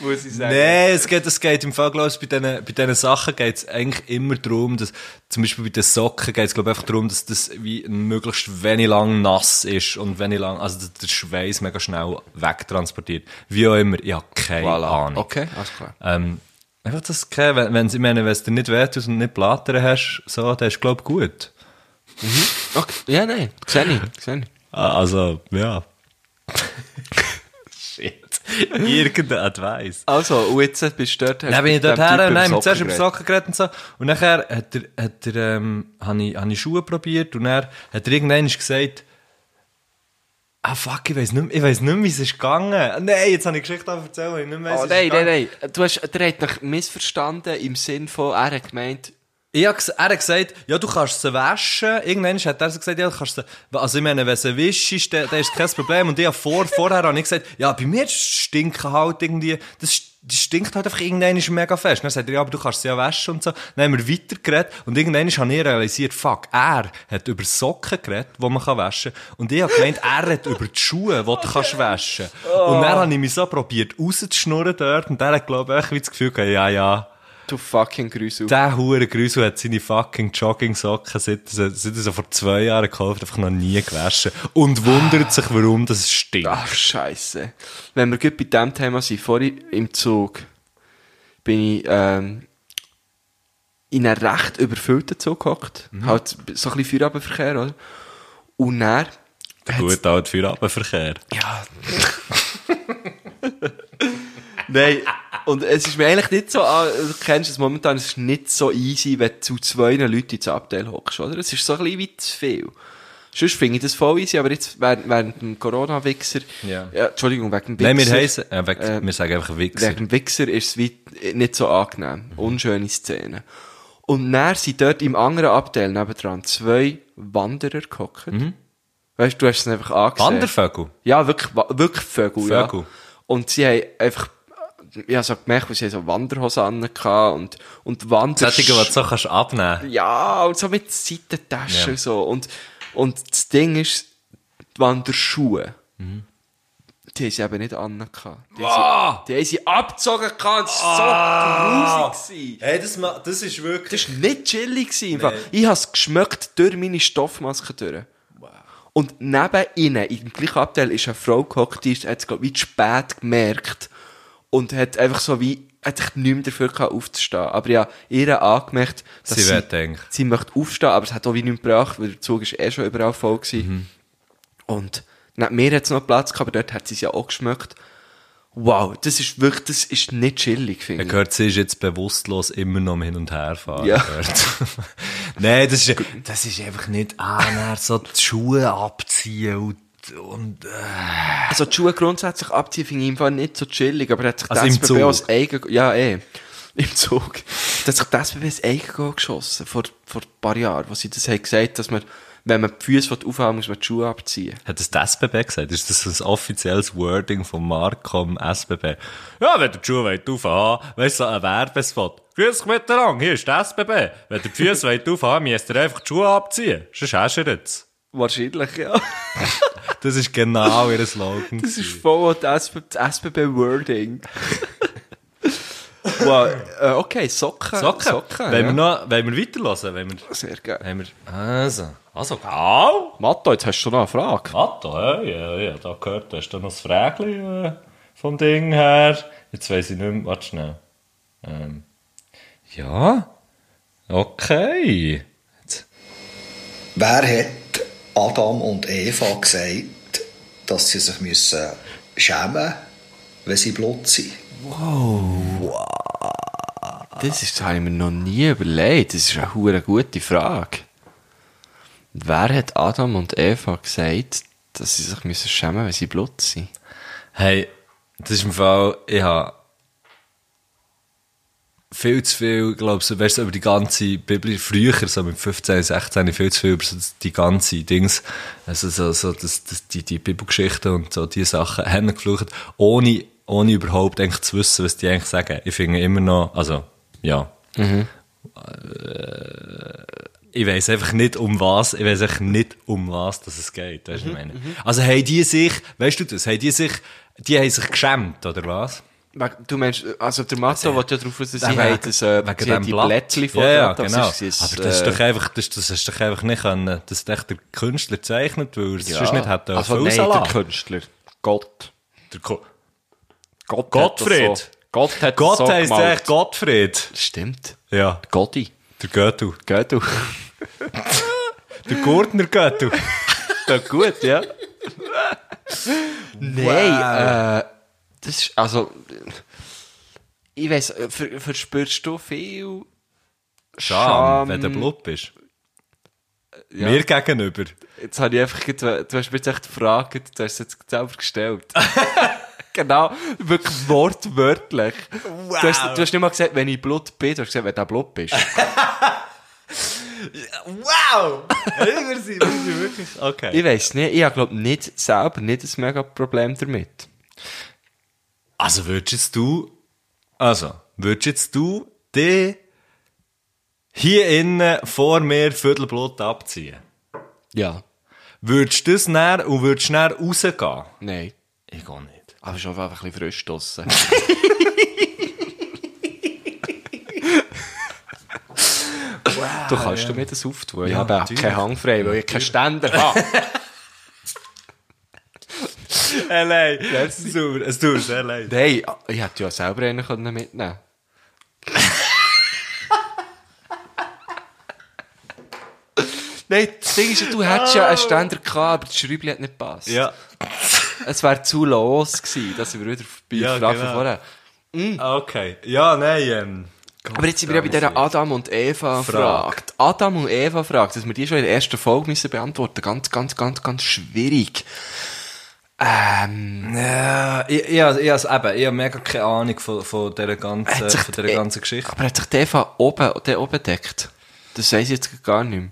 A: Muss ich sagen.
B: Nein, es geht, es geht im Fall, glaube ich, bei diesen, bei diesen Sachen geht es eigentlich immer darum, dass, zum Beispiel bei den Socken geht es, glaube ich, einfach darum, dass das wie möglichst wenig lang nass ist und wenig lang, also dass der Schweiß mega schnell wegtransportiert. Wie auch immer, ich habe keine
A: Voilà.
B: Ahnung.
A: Okay, alles klar.
B: Ähm, einfach das, keine- wenn, wenn, ich meine, wenn es dir nicht wehtut und nicht Blattern hast, so, dann ist, glaube ich, gut.
A: Okay. Ja, nein, sehe ich. Sehe ich.
B: Ah, Also, ja. Shit. Irgendein Advice.
A: Also, und jetzt bist du dort. hast
B: Dann bin ich
A: mit
B: dort
A: dem Typ
B: her,
A: über
B: nein, zuerst über
A: geredet.
B: Socken geredet und so. Und nachher hat er, hat er, ähm, habe ich, habe ich Schuhe probiert und er hat er irgendwann gesagt, ah fuck, ich weiss nicht, mehr- ich weiss nicht mehr, wie es ist gegangen. Ah, Nein, jetzt habe ich die Geschichte erzählt, ich nicht mehr weiss,
A: Oh,
B: wie es
A: nein,
B: ist
A: nein,
B: gegangen.
A: nein. Du hast, der hat mich missverstanden im Sinn von, er hat gemeint,
B: Ich hab, ges- er hat gesagt, ja, du kannst sie waschen. Irgendwann hat er so gesagt, ja, du kannst sie, also ich meine, wenn sie wischst, dann, dann ist kein Problem. Und ich hab vor, vorher habe ich gesagt, ja, bei mir stinken halt irgendwie, das, die stinkt halt einfach irgendwann mega fest. Dann sagt er, ja, aber du kannst sie ja waschen und so. Dann haben wir weiter geredet und irgendwann habe ich realisiert, fuck, er hat über Socken geredet, die man kann waschen kann. Und ich habe gemeint, er hat über die Schuhe, die du kannst waschen kannst. Und dann habe ich mich so probiert rauszuschnurren dort und der hat, glaube ich, wie das Gefühl gehabt, ja, ja,
A: Du fucking Grüße.
B: der hure Grüsel hat seine fucking Joggingsocken, seit, er sie- seit er sie vor zwei Jahren gekauft, hat, einfach noch nie gewaschen. Und wundert sich, warum das stinkt.
A: Ach, Scheiße. Wenn wir gut bei diesem Thema sind, vorhin im Zug bin ich ähm, in einem recht überfüllten Zug gehockt.
B: Mhm.
A: Halt so ein bisschen Feierabendverkehr, oder? Und dann hat's-
B: Gut, alt für Abendverkehr.
A: Ja. Nein, und es ist mir eigentlich nicht so, ah, du kennst es momentan, es ist nicht so easy, wenn du zu zwei Leuten ins Abteil hockst, oder? Es ist so ein bisschen wie zu viel. Sonst finde ich das voll easy, aber jetzt während, während dem Corona-Wichser,
B: Ja.
A: Entschuldigung, wegen dem
B: Nein, wir,
A: Wichser-
B: heissen, äh, weg,
A: Äh,
B: wir sagen einfach Wichser. Mhm.
A: Wegen dem Wichser ist es wie äh, nicht so angenehm. Unschöne Szenen. Und dann sind dort im anderen Abteil nebendran zwei Wanderer gehockt.
B: Mhm.
A: Weißt du, du hast es einfach angesehen.
B: Wandervögel?
A: Ja, wirklich, wa- wirklich Vögel,
B: Vögel.
A: ja. Und sie haben einfach, ich habe so gemerkt, weil sie haben so Wanderhosen an und, und Wander...
B: Sättige, die du so kannst abnehmen
A: Ja, und so mit Seitentaschen
B: Ja.
A: und so. Und, und das Ding ist, die Wanderschuhe,
B: Mhm.
A: die haben sie eben nicht an. gehabt. Die, haben sie- die haben sie abgezogen gehabt, und es
B: Ah.
A: war so grusig. gewesen.
B: Hey, das, ma- das ist wirklich...
A: Das war nicht chillig. gewesen, im Fall. Ich habe es geschmeckt durch meine Stoffmaske durch. Und neben ihnen, im gleichen Abteil, ist eine Frau gehockt, die hat es, glaub ich, wie zu spät gemerkt. Und hat einfach so wie, hat sich nicht mehr dafür gehabt, aufzustehen. Aber ja, ihr angemerkt, dass
B: Sie
A: sie,
B: wird denken.
A: sie möchte aufstehen, aber es hat auch wie nichts gebracht, weil der Zug ist eh schon überall voll gewesen.
B: Mhm.
A: Und neben mir hat es noch Platz gehabt, aber dort hat sie es ja auch geschmeckt. Wow, das ist wirklich, das ist nicht chillig, finde
B: Man
A: ich.
B: hört, sie ist jetzt bewusstlos immer noch am Hin- und Herfahren.
A: Ja.
B: Dort. Nein, das ist, das ist einfach nicht annähernd, so die Schuhe abziehen und... und äh.
A: Also die Schuhe grundsätzlich abziehen finde ich im Fall nicht so chillig, aber hat sich
B: Also
A: das
B: im Zug?
A: SBB als eigen... Ja, eh. Im Zug. Da hat sich das SBB als eigen Goal geschossen, vor, vor ein paar Jahren, wo sie das haben gesagt, dass man, wenn man die Füße aufhören muss man die Schuhe abziehen.
B: Hat das die SBB gesagt? Ist das ein offizielles Wording von Markom SBB? Ja, wenn ihr die Schuhe wollt aufhaben wollt, weißt du, so ein Werbespot. Grüß dich miteinander, hier ist die SBB. Wenn ihr die Füße wollt aufhaben wollt, müsst ihr einfach die Schuhe abziehen. Sonst hast du jetzt.
A: Wahrscheinlich, ja.
B: Das ist genau ihr Slogan.
A: Das ist voll auch das SBB, das SBB Wording. wow, äh, okay, Socken.
B: Socken.
A: Socken,
B: wollen,
A: ja.
B: wir noch, wollen wir weiterhören? Wollen wir,
A: Sehr geil.
B: haben wir, also, also, genau.
A: Matto, jetzt hast du noch eine Frage.
B: Warte, hey, ja, ja, da gehört, da ist da noch das Frägchen äh, vom Ding her. Jetzt weiss ich nicht mehr, warte schnell. Ähm, ja, okay. Jetzt.
E: Wer hat Adam und Eva gesagt, dass sie sich müssen schämen wenn sie blut sind?
A: Das, ist, das habe ich mir noch nie überlegt. Das ist eine hure gute Frage. Wer hat Adam und Eva gesagt, dass sie sich müssen schämen wenn sie blut sind?
B: Hey, das ist im Fall, ich habe viel zu viel, glaube ich, so, weißt du, über die ganze Bibel, früher, so mit 15, 16, viel zu viel über so die ganze Dings, also so, so das, das, die, die Bibelgeschichten und so diese Sachen haben geflucht, ohne, ohne überhaupt eigentlich zu wissen, was die eigentlich sagen. Ich finde immer noch, also, ja. Äh, Ich weiß einfach nicht um was, ich weiß einfach nicht um was, dass es geht, weißt du, was ich meine. Also haben die sich, weißt du das, haben die sich, die haben sich geschämt, oder was?
A: Du meinst, also der Matto wollte ja darauf, dass sie
B: Wegen-
A: haben das, äh,
B: wegen
A: sie haben
B: dem
A: die
B: Blatt.
A: Blättchen
B: ja, ja,
A: vorgetragen,
B: genau.
A: sonst ist es,
B: Aber das ist
A: äh,
B: doch einfach, das, das hast du doch einfach nicht können. Das hat echt der Künstler gezeichnet, weil er es sonst nicht hat
A: also, nein, der Künstler. Gott. Gott
B: Gottfried.
A: Hat das so, Gott hat
B: Gott
A: das so
B: heisst
A: gemalt.
B: echt Gottfried.
A: Stimmt.
B: Ja,
A: Gotti.
B: der Göttu.
A: Gell, du?
B: Der Gurtner Göttu.
A: Ja, gut, ja. Nein, äh, das ist, also, ich weiß, ver, verspürst du viel?
B: Scham,
A: Scham.
B: wenn du Blut bist.
A: Äh, Ja.
B: Mir gegenüber.
A: Jetzt habe ich einfach, ged- du hast mir jetzt echt gefragt, du hast es jetzt selber gestellt. genau, wirklich wortwörtlich. Du, hast, du hast nicht mal gesagt, wenn ich Blut bin, du hast gesagt, wenn du Blut bist.
B: Wow! wir sind wirklich... Okay.
A: ich weiß nicht, ich habe glaube nicht selber nicht ein mega Problem damit.
B: Also würdest du Also, würdest jetzt du dich hier innen vor mir Viertelblut abziehen?
A: Ja.
B: Würdest du das näher und würdest näher rausgehen?
A: Nein.
B: Ich gehe nicht.
A: Aber schon Ah, einfach ein bisschen frisch draussen. du kannst ja. mir das auftun. Ich
B: Ja,
A: habe auch
B: natürlich.
A: keinen Hang frei, weil ich keinen Ständer habe.
B: Äh, nein. Es tut es tut mir sehr leid.
A: Nein, ich hätte ja selber einen können mitnehmen Nein, das Ding ist, ja, du hättest ja einen Ständer gehabt, aber das Schräubchen hat nicht gepasst.
B: Ja.
A: Es wäre zu los gewesen, das sind wir wieder bei der
B: Ja,
A: Frage
B: genau.
A: von vorher.
B: Okay. Ja, nein, ähm.
A: Oh, Aber jetzt sind wir ja bei dieser Adam und Eva
B: Frage.
A: fragt. Adam und Eva fragt, dass wir die schon in der ersten Folge müssen beantworten. Ganz, ganz, ganz, ganz schwierig. Ähm,
B: Ja, ich, ich, has- ich, has eben, ich habe mega keine Ahnung von, von dieser ganzen,
A: Hat sich
B: von dieser
A: die-
B: ganzen Geschichte.
A: aber hat sich die Eva oben, der oben deckt? Das weiß ich jetzt gar nicht mehr.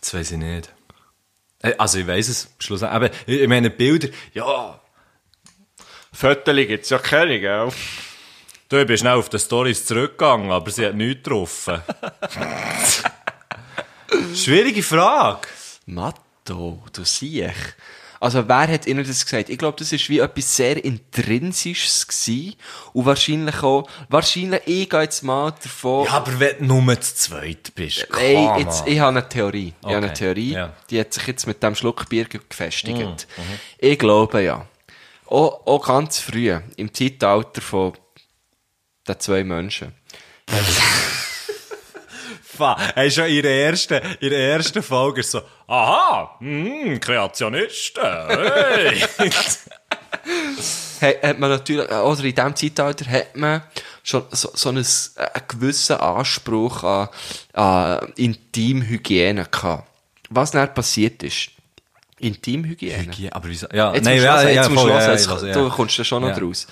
B: Das weiß ich nicht. Äh, Also ich weiß es, schlussendlich. Aber ich ich meine, Bilder, ja.
A: Fötterli gibt's ja keine, gell?
B: Du bist schnell auf die Stories zurückgegangen, aber sie hat nichts getroffen. Schwierige Frage.
A: Matto, du siehst. Also, wer hat ihnen das gesagt? Ich glaube, das ist wie etwas sehr Intrinsisches gewesen. Und wahrscheinlich auch, wahrscheinlich, ich gehe jetzt mal davon.
B: Ja, aber wenn du nur zu zweit bist,
A: Ey,
B: come
A: jetzt,
B: on.
A: ich habe eine Theorie. Ich habe eine
B: Okay,
A: Theorie,
B: ja. Mm, mhm.
A: die hat sich jetzt mit dem Schluck Bier ge- gefestigt. Ich glaube ja. Auch, auch ganz früh, im Zeitalter von den zwei Menschen.
B: Fa- Hey, schon in der ersten, in der ersten Folge ist so, aha, mm, Kreationisten, hey.
A: Hat, hat man natürlich, äh, oder in diesem Zeitalter hat man schon so, so einen, einen gewissen Anspruch an, an Intimhygiene gehabt. Was dann passiert ist. Intimhygiene.
B: Ja, aber wieso? Ja,
A: Jetzt
B: nein,
A: musst du
B: ja,
A: hören,
B: ja,
A: jetzt musst
B: voll,
A: du
B: ja,
A: hören,
B: ja,
A: es-
B: ich weiß, ja.
A: du kommst da schon noch
B: Ja.
A: draus.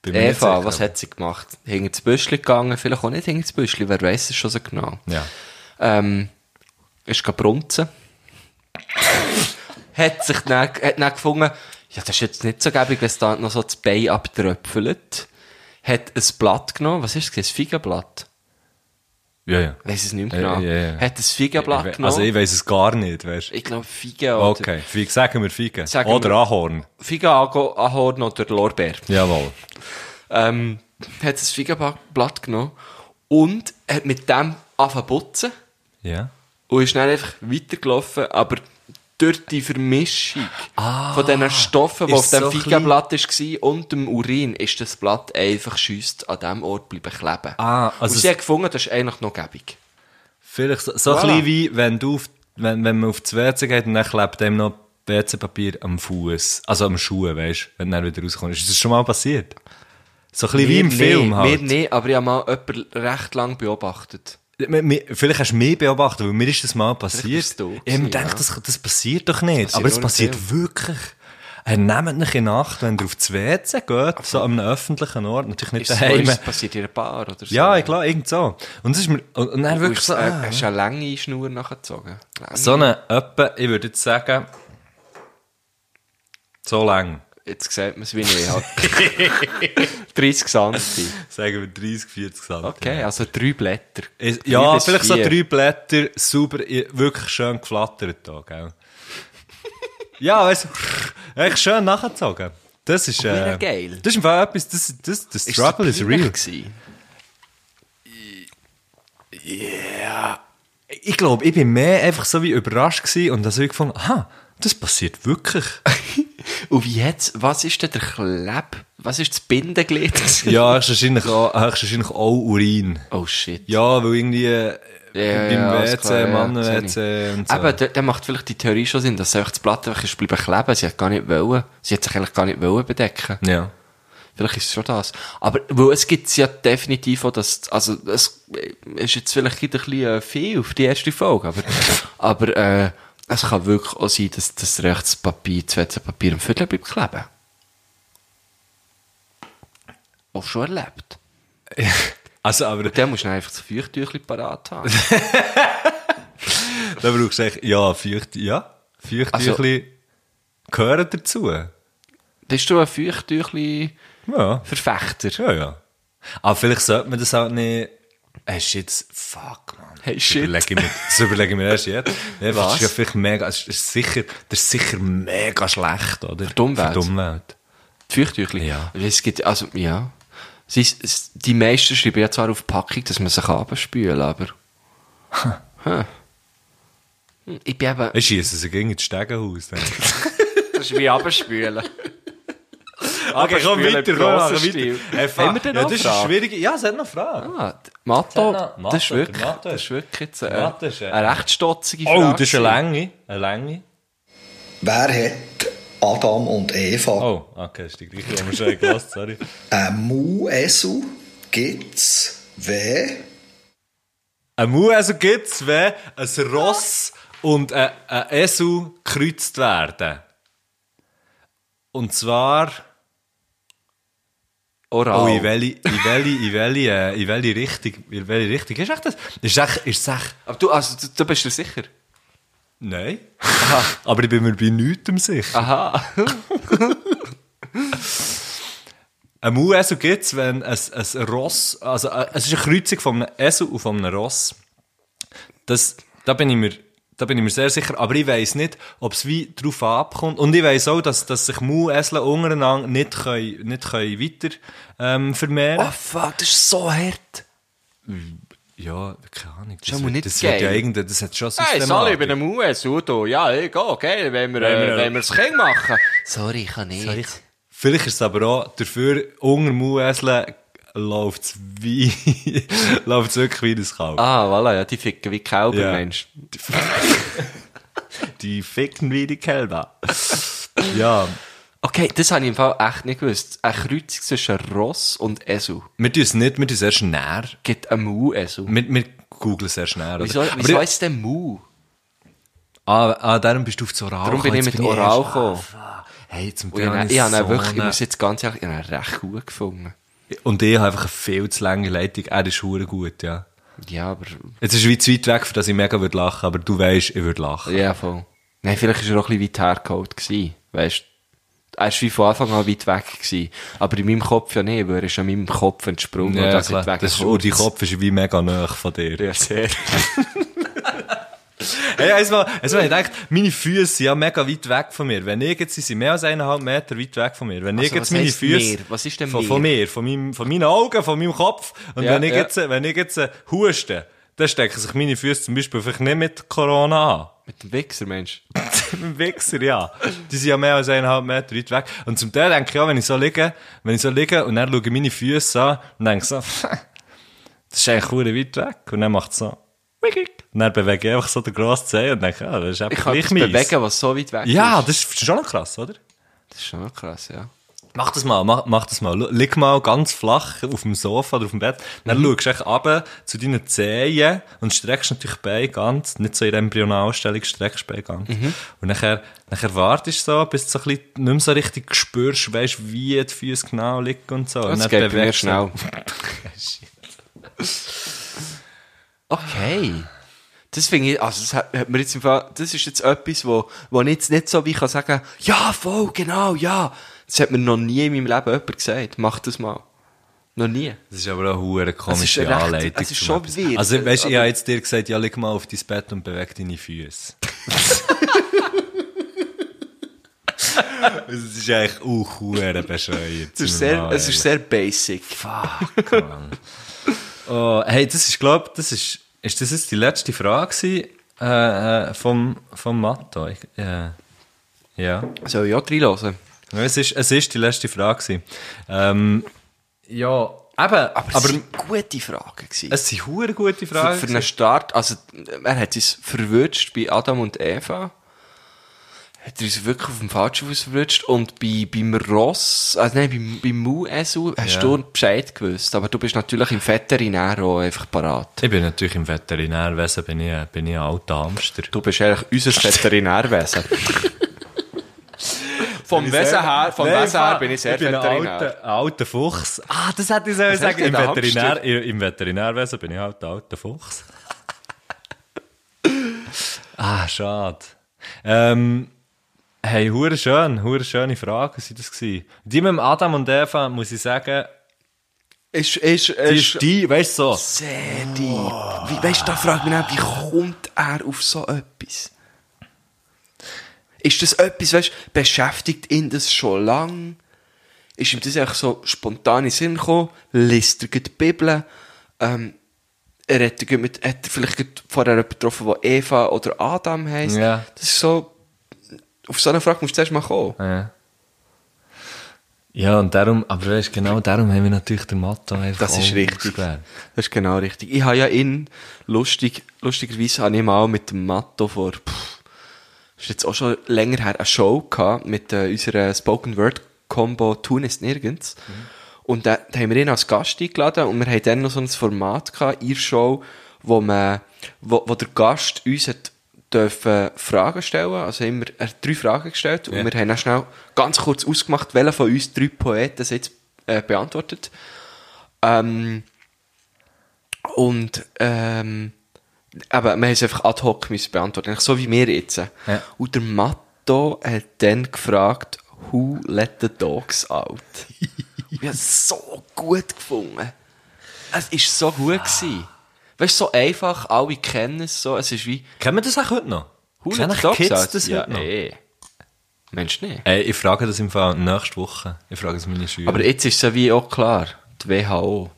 B: Bin mir nicht
A: Eva,
B: sicher,
A: was
B: aber-
A: hat sie gemacht? Hinter das Büschli gegangen, vielleicht auch nicht hinter das Büschli, wer weiß es schon so genau.
B: Ja.
A: Ähm, ist gebrunzen. hat sich dann, hat dann gefunden, ja, das ist jetzt nicht so gäbig, wenn es da noch so das Bein abtröpfelt. Hat ein Blatt genommen, was ist es? gewesen? Ein Figenblatt?
B: Ja, ja.
A: Weiß es nicht mehr
B: Äh,
A: genau.
B: ja, ja.
A: Hat ein Figenblatt
B: Ich we-
A: genommen.
B: Also ich weiß es gar nicht, weißt du.
A: ich glaube, Figen oder,
B: Okay, Fiege, sagen wir Fiege.
A: Sagen
B: Oder
A: wir-
B: Ahorn.
A: Figen, Ago- Ahorn oder Lorbeer.
B: Jawohl.
A: ähm, hat das Figenblatt genommen und hat mit dem angefangen zu putzen
B: Ja.
A: und ist dann einfach weitergelaufen, aber durch die Vermischung von diesen Stoffen, die
B: Ah, ist
A: auf dem
B: so
A: Figenblatt war und dem Urin, ist das Blatt einfach schüsst an diesem Ort bleiben kleben.
B: Ah, also
A: und sie
B: es-
A: hat gefunden, das ist eigentlich noch gäbig.
B: Vielleicht so, so
A: Voilà.
B: ein bisschen wie, wenn, du auf, wenn, wenn man auf das WC geht und dann klebt dem noch WC-Papier am Fuß, also am Schuh, weißt du, wenn du dann wieder rauskommst. Ist das schon mal passiert? So ein bisschen wie im
A: Mir
B: Film
A: nicht,
B: halt.
A: Mir nicht, aber ich habe mal jemanden recht lang beobachtet.
B: Mi- mi- Vielleicht hast du mich beobachtet, weil mir ist das mal passiert.
A: bist du
B: Ich habe mir
A: gewesen,
B: gedacht,
A: ja.
B: das, das passiert doch nicht.
A: passiert
B: Aber es
A: nur im
B: passiert
A: Film.
B: wirklich. Er nehmt nicht in Acht, wenn ihr auf das WC geht, so an einem öffentlichen Ort, natürlich nicht
A: Ist so, ist
B: daheim.
A: es passiert in einer Bar oder so?
B: Ja, ich glaube, irgend so. Und, es ist mir, und, und dann
A: Du
B: wirklich
A: hast
B: so,
A: äh,
B: ah,
A: hast eine lange Schnur nachgezogen. Lange.
B: so eine, etwa, ich würde jetzt sagen, so lang.
A: Jetzt sieht man es wie ich halt. 30 Santi.
B: Sagen wir 30, 40 Cent.
A: Okay, also drei Blätter.
B: Es-
A: Drei
B: Ja,
A: bis
B: vielleicht so
A: vier.
B: drei Blätter, super, i- wirklich schön geflattert da, gell? ja, weißt du, echt schön nachgezogen. Das ist,
A: Mega
B: äh,
A: geil.
B: das ist im Fall etwas, das, das, das
A: Ist
B: Struggle
A: es
B: is real.
A: peinlich gewesen?
B: Ich glaube, ich bin mehr einfach so wie überrascht gewesen und dann so wie gefunden, aha, das passiert wirklich.
A: Und wie jetzt, was ist denn der Kleb? Was ist das Bindeglied? gewesen?
B: ja, höchstwahrscheinlich auch, höchstwahrscheinlich auch Urin.
A: Oh shit.
B: Ja, weil irgendwie äh, beim
A: alles klar,
B: WC, Mannen-WC
A: sehe ich.
B: und so.
A: Eben, der, der macht vielleicht die Theorie schon Sinn, dass einfach das Blatt einfach ist bleiben kleben. Sie hat gar nicht wollen. Sie hat sich eigentlich gar nicht wollen bedecken.
B: ja.
A: Vielleicht ist es schon das. Aber weil es gibt ja definitiv auch, dass, also, es ist jetzt vielleicht ein bisschen äh, viel auf die erste Folge, aber, aber äh, es kann wirklich auch sein, dass das rechts Papier, das zweite Papier am Viertel bleibt kleben. Auch schon erlebt.
B: Also, aber
A: Dann musst du einfach das Feuchttüchchen parat haben.
B: da brauchst du echt, ja, Feucht, ja,
A: Also
B: Feuchttüchli gehören dazu.
A: Bist du ein Feuchttüchchen-Verfechter?
B: Ja,
A: Verfechter?
B: ja, ja. Aber vielleicht sollte man das halt nicht. Hast du jetzt. Fuck, man.
A: Hey, shit.
B: Das überlege ich mir, das überlege ich mir erst jetzt.
A: Was?
B: Nee, Das ist ja vielleicht mega. Das ist sicher, das ist sicher mega schlecht, oder?
A: die Umwelt.
B: Für die Umwelt.
A: Die Feuchttüchli?
B: Ja.
A: Es gibt, also, ja. Es ist, es, die meisten schreiben ja zwar auf die Packung, dass man sich abspülen aber... Huh. Ich bin eben...
B: Ich schiesse sie gegen das Stegenhaus. dann.
A: Das ist wie abspülen.
B: Okay, komm
A: Abspülen
B: weiter,
A: im
B: komm also weiter.
A: grossen Stil.
B: Hey, fuck.
A: Haben wir denn
B: ja,
A: noch
B: das ist
A: Fragen?
B: eine schwierige. Ja, es hat noch Fragen.
A: Ah, die Mathe,
B: Ja, na,
A: das ist
B: Mathe,
A: wirklich,
B: der Mathe.
A: das ist wirklich jetzt
B: Der
A: eine,
B: Mathe ist, äh,
A: eine recht stotzige Frage.
B: Oh, das ist eine
A: gewesen.
B: Länge. Eine Länge.
E: Wer hat Adam und Eva?
B: Oh, okay, ist die gleiche, die wir schon gelassen sorry.
E: Ein Mu-Esel gibt's weh.
B: Ein Mu also gibt's, wenn ein Ross und ein, ein Esel gekreuzt werden. Und zwar...
A: Oral.
B: Oh, in welche, in welche, in welche, äh, in welche Richtung, in welche Richtung? Ist echt das? Ist echt, ist echt...
A: aber du, also, du, du bist dir sicher?
B: Nein. Aber ich bin mir bei nichts sicher.
A: Aha.
B: Ein Mu-Esel gibt es, wenn ein, ein Ross, also äh, es ist eine Kreuzung von einem Esel und von einem Ross. Das, da, bin ich mir, da bin ich mir sehr sicher, aber ich weiß nicht, ob es wie drauf ankommt. Und ich weiß auch, dass, dass sich Mu-Esel untereinander nicht, können, nicht können weiter ähm, vermehren
A: Oh, fuck, das ist so hart.
B: Ja, keine Ahnung. Das,
A: Schon mal
B: wird-
A: nicht
B: das, wird ja
A: geil.
B: irgendein, das hat schon
A: Hey,
B: Systematik.
A: Sally, ich bin ein US, Udo. Ja, ich gehe, okay, wenn wir, äh,
B: wir-
A: wenn wir das Kind machen. Sorry, ich kann nicht.
B: Vielleicht ist es aber auch dafür, unter Mu-Esel läuft es wie, läuft's wirklich wie das Kalb.
A: Ah, voilà, ja, die ficken wie Kälber,
B: Ja.
A: Mensch.
B: Die ficken wie die Kälber. ja,
A: Okay, das habe ich im Fall echt nicht gewusst. Eine Kreuzung zwischen Ross und Esel
B: wir tun es nicht, wir tun es erst näher.
A: gibt ein Mu-Esel.
B: Wir, wir googeln es erst näher. oder?
A: Wieso,
B: Aber
A: wieso
B: ich-
A: heisst der Mu?
B: ah, ah, darum bist du auf das Oral
A: Darum bin ich
B: gekommen,
A: mit
B: jetzt bin
A: Oral
B: erst-
A: gekommen.
B: Ah, Hey, zum
A: Und ich,
B: Teil
A: ich, ich habe ihn
B: so
A: wirklich, ich
B: eine-
A: muss jetzt ganz ehrlich, ich habe ihn recht gut gefunden.
B: Und ich habe einfach eine viel zu lange Leitung. Er ist hure gut, ja.
A: Ja, aber,
B: Jetzt ist es wie zu weit weg, für das ich mega würde lachen, aber du weißt, ich würde lachen.
A: ja, voll. Nein, vielleicht war er auch ein bisschen weit hergeholt. gewesen, Weißt du, er war wie von Anfang an weit weg. Gewesen. Aber in meinem Kopf ja nicht, weil er ist an meinem Kopf entsprungen. und das
B: klar.
A: sind wegen
B: Das ist,
A: kurz.
B: und dein Kopf ist wie eh, mega nah von dir.
A: Ja, sehr.
B: Hey, erstmal, erstmal, ich denke, meine Füße sind ja mega weit weg von mir. Wenn ich jetzt, sie sind mehr als eineinhalb Meter weit weg von mir. Wenn ich
A: Also,
B: jetzt
A: was
B: meine
A: heisst
B: Füße.
A: mehr? Was ist denn
B: von, von
A: mehr?
B: mir? Von, meinem, von meinen Augen, von meinem Kopf. Und
A: Ja,
B: wenn, ich
A: ja.
B: jetzt, wenn ich jetzt äh, huste, dann stecken sich meine Füße zum Beispiel vielleicht nicht mit Corona an.
A: Mit dem Wichser, Mensch.
B: Im Wichser, ja. Dus Die sind ja mehr als eineinhalb Meter weit weg. Und zum Teil denke ich auch, wenn ich so liege, wenn ich so liege und dann schaue ich meine Füße an und denke so, das ist eigentlich hure weit weg. Und dann macht es so, wickig. Und dann bewege ich einfach so den grossen Zeh und denke, ah, das ist
A: Ich
B: einfach
A: kann
B: gleich
A: mich
B: mies.
A: bewegen, was so weit weg
B: Ja,
A: ist.
B: das ist schon noch krass, oder?
A: Das ist schon krass, ja.
B: Mach das mal, mach, mach das mal. Lu- Lieg mal ganz flach auf dem Sofa oder auf dem Bett. Dann
A: Mhm.
B: schaust du echt runter zu deinen Zehen und streckst natürlich die Beine ganz, nicht so in der Embryonalstellung, streckst die Beine ganz.
A: Mhm.
B: Und nachher, nachher wartest du so, bis du so ein bisschen nicht mehr so richtig spürst, weißt, wie die Füße genau liegen und so. und
A: Das
B: dann
A: geht bei mir
B: bewegst du-
A: schnell. okay. Das finde ich, also das hat, hat mir jetzt im Fall, das ist jetzt etwas, wo, wo ich jetzt nicht so wie kann sagen, ja, voll, genau, ja. Das hat mir noch nie in meinem Leben jemand gesagt. Mach das mal. Noch dus nie.
B: Das ist aber auch eine hure
A: ist
B: komische
A: recht-
B: Anleitung.
A: es ist
B: zum
A: schon
B: etwas-
A: weird, äh,
B: Also, weißt, ich
A: aber-
B: habe jetzt dir gesagt, ja, leg mal auf dein Bett und beweg deine Füße. Also, Es ist eigentlich auch hure bescheuert.
A: Es ist sehr, es ist sehr basic.
B: Fuck, Mann. oh, hey, das ist, glaub, das ist, ist das jetzt die letzte Frage gewesen, äh, äh, vom, vom Matto? Ich, äh, ja.
A: Soll ich auch reinhören?
B: Ja, Es ist, es ist die letzte Frage gewesen. Ähm, ja, eben, aber,
A: Aber, es waren gute Fragen. Gewesen.
B: es sind hure gute
A: für,
B: Fragen.
A: für
B: gewesen.
A: einen Start, also er hat uns verwünscht bei Adam und Eva. Hat er uns wirklich auf dem falschen Fuß verwünscht. Und bei, beim Ross, also nein, beim, beim Mu-Esu hast
B: Ja.
A: du Bescheid gewusst. Aber du bist natürlich im Veterinär auch einfach parat.
B: Ich bin natürlich im Veterinärwesen bin ich, äh, bin ich ein alter Hamster.
A: Du bist eigentlich unser Veterinärwesen. vom Wesen her, vom Wesen her bin ich sehr
B: bin Ein
A: Veterinär.
B: alter, alter Fuchs. Ah, das hätte ich sollen
A: Was heißt
B: sagen.
A: denn
B: Im,
A: der
B: Veterinär,
A: Hamster?
B: Im Veterinärwesen bin ich halt ein alter Fuchs. ah, schade. Ähm, hey, hure schön, hure schöne Fragen sind das gewesen. Die mit dem Adam und Eva, muss ich sagen,
A: Ist, ist,
B: Die
A: ist,
B: ist die, weißt du so.
A: sehr deep. Wie, weißt du, da fragt man auch, wie kommt er auf so etwas? Ist das etwas, weißt du, beschäftigt ihn das schon lang? Ist ihm das echt so spontan in den Sinn gekommen? Liest er gleich die Bibel? Ähm, er hat, er gleich mit, hat er vielleicht gleich vorher jemanden getroffen, der Eva oder Adam heisst?
B: Ja.
A: Das ist so, auf so eine Frage musst du zuerst mal kommen.
B: Ja. Ja, und darum, aber weißt, genau darum haben wir natürlich den Motto einfach
A: Das ist
B: auch
A: richtig. Das
B: ausgewählt.
A: ist genau richtig. Ich habe ja ihn, lustig, lustigerweise habe ich mal mit dem Matto vor, pff, ist jetzt auch schon länger her, eine Show gehabt mit äh, unserer Spoken Word Combo Tun ist nirgends. Und da, da haben wir ihn als Gast eingeladen und wir haben dann noch so ein Format gehabt, ihr Show, wo man, wo, wo der Gast uns hat dürfen Fragen stellen, also immer, er hat drei Fragen gestellt und
B: Ja.
A: wir haben dann schnell ganz kurz ausgemacht, welcher von uns drei Poeten es jetzt äh, beantwortet. Ähm, und ähm, aber wir haben es einfach ad hoc müssen beantworten, eigentlich so wie wir jetzt.
B: Ja.
A: Und der Matto hat dann gefragt, who let the dogs out? Und ich habe es so gut gefunden. Es war so gut. Gewesen.
B: Ah.
A: Weißt du, so einfach, alle kennen es so, es ist wie,
B: Kennen wir das auch heute noch?
A: who
B: Kennen
A: let the dogs
B: Kids
A: out?
B: das
A: ja,
B: heute noch?
A: ey. Mensch, nicht.
B: Ey, ich frage das im Fall nächste Woche. Ich frage es meine Schüler.
A: Aber jetzt ist es ja wie auch klar, die WHO.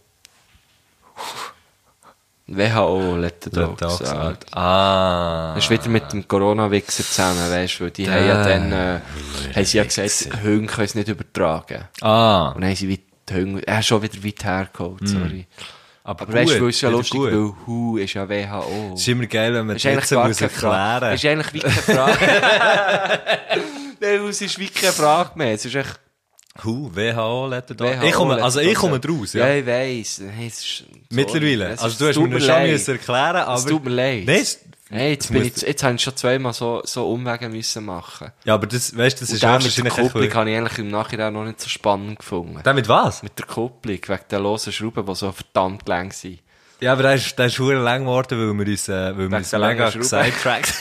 A: Die WHO let the
B: Let
A: dogs
B: dogs
A: out.
B: out. halt. Ah.
A: Das ist wieder mit dem Corona-Wichser zusammen, weißt du, weil die haben ja dann, äh, haben sie ja gesagt, Hunde können es nicht übertragen.
B: Ah.
A: Und dann haben sie wie die Hunde, er ist schon wieder weit hergeholt, sorry.
B: Hm. Aber,
A: Aber weißt du,
B: gut,
A: weil es ist ja
B: wieder
A: lustig,
B: gut.
A: weil Hu ist ja WHO.
B: Es ist immer geil, wenn man
A: Das
B: das
A: ist eigentlich
B: jetzt
A: gar
B: muss
A: keine Frage.
B: erklären
A: Das ist eigentlich wie keine Frage. Nein, es ist wie keine Frage mehr. Es ist echt
B: Hu, WHO, letter da.
A: WHO
B: Ich komme,
A: letztes
B: also ich
A: Jahr.
B: komme draus,
A: ja.
B: ja.
A: ich weiss. Nein, es ist, sorry.
B: Mittlerweile.
A: Es
B: also
A: ist-
B: du
A: es
B: hast
A: tut
B: mir das schon
A: leid.
B: müssen erklären, aber...
A: Es tut mir leid.
B: Nein, es-
A: Nein, jetzt,
B: Es
A: bin
B: muss-
A: ich, jetzt habe ich schon zweimal so, so Umwege müssen machen.
B: Ja, aber das, weißt, das
A: Und
B: ist
A: den mit der
B: wahrscheinlich...
A: Kupplung
B: echt-
A: habe ich eigentlich im Nachhinein noch nicht so spannend gefunden.
B: Der mit was?
A: Mit der Kupplung, wegen der losen Schrauben, die so verdammt lang sind.
B: Ja, aber der ist, der ist verdammt lang geworden, weil wir uns, äh, weil wir uns
A: der langen
B: mega
A: Schraube.
B: gesidetrackt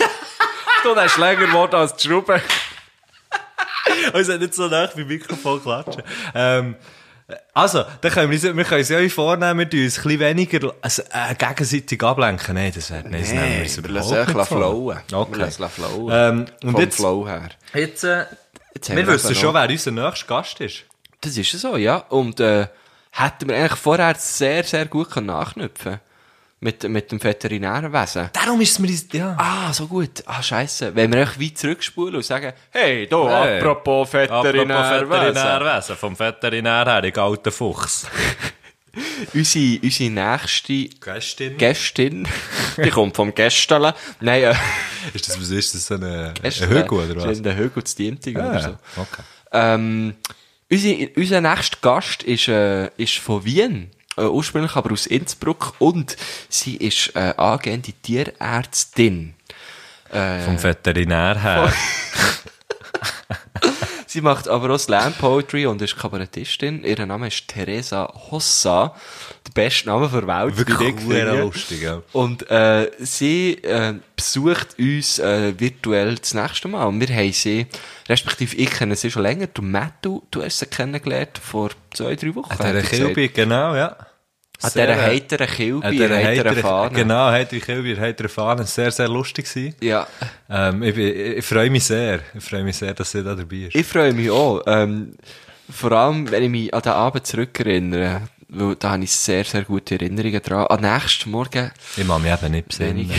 A: Du hast länger geworden als die Schrauben.
B: haben. Uns hat nicht so nach beim Mikrofon klatschen. Ähm, also, dann können wir, uns- wir können uns ja wie vornehmen, wir tun uns ein bisschen weniger also, äh, gegenseitig ablenken. Nein, das wäre, nein, das nehmen wir uns
A: wir
B: überhaupt
A: lassen es
B: nicht vor.
A: flowen. Wir
B: Okay.
A: lassen es flowen.
B: Ähm, und
A: Vom
B: jetzt-
A: Flow her.
B: Jetzt, äh,
A: Jetzt haben
B: wir wissen
A: eben
B: schon,
A: noch-
B: wer unser nächster Gast ist.
A: Das ist so, ja. Und äh, hätten wir eigentlich vorher sehr, sehr gut können nachknüpfen mit, mit dem Veterinärwesen.
B: Darum ist es mir, ins- ja.
A: Ah, so gut. Ah, scheiße. Wenn wir echt weit zurückspulen und sagen, hey, da,
B: Hey.
A: apropos Veterinärwesen.
B: Veterinärwesen. Vom Veterinär her, ich alter Fuchs.
A: Unsere, unsere nächste
B: Gästin.
A: Gästin, die kommt vom Gästele. Nein, äh,
B: Ist das, was ist das, so eine, ein
A: Gästele.
B: Hügel oder was?
A: Ist ein Hügel zu Diemtig oder so.
B: okay.
A: Ähm, unsere, unser nächster Gast ist, äh, ist von Wien, äh, ursprünglich aber aus Innsbruck und sie ist äh, angehende Tierärztin. Äh.
B: Vom Veterinär her.
A: Sie macht aber auch Slam Poetry und ist Kabarettistin. Ihr Name ist Teresa Hossa, der beste Name der Welt. wie ich
B: sehr
A: finde.
B: lustig, ja.
A: Und äh, sie äh, besucht uns äh, virtuell das nächste Mal. Und wir haben sie, respektive ich kenne sie schon länger. Du, Mattu, du hast sie kennengelernt vor zwei, drei Wochen.
B: An dieser
A: hat er gesagt.
B: Kilby, genau, ja.
A: An
B: Sehr,
A: dieser
B: äh,
A: heiteren Kilbe,
B: an
A: an
B: dieser
A: heiteren
B: heiteren-
A: Fahne.
B: Genau, heiteren Kilby, an heiteren Fahne. Sehr, sehr lustig gewesen.
A: Ja,
B: Ähm, ich, bin- ich, ich freue mich sehr. Ich freue mich sehr, dass sie da dabei ist.
A: ich freue mich auch. Ähm, vor allem, wenn ich mich an den Abend zurückerinnere, weil da habe ich sehr, sehr gute Erinnerungen dran. Am nächsten Morgen
B: Ich mache mich eben nicht besinnen.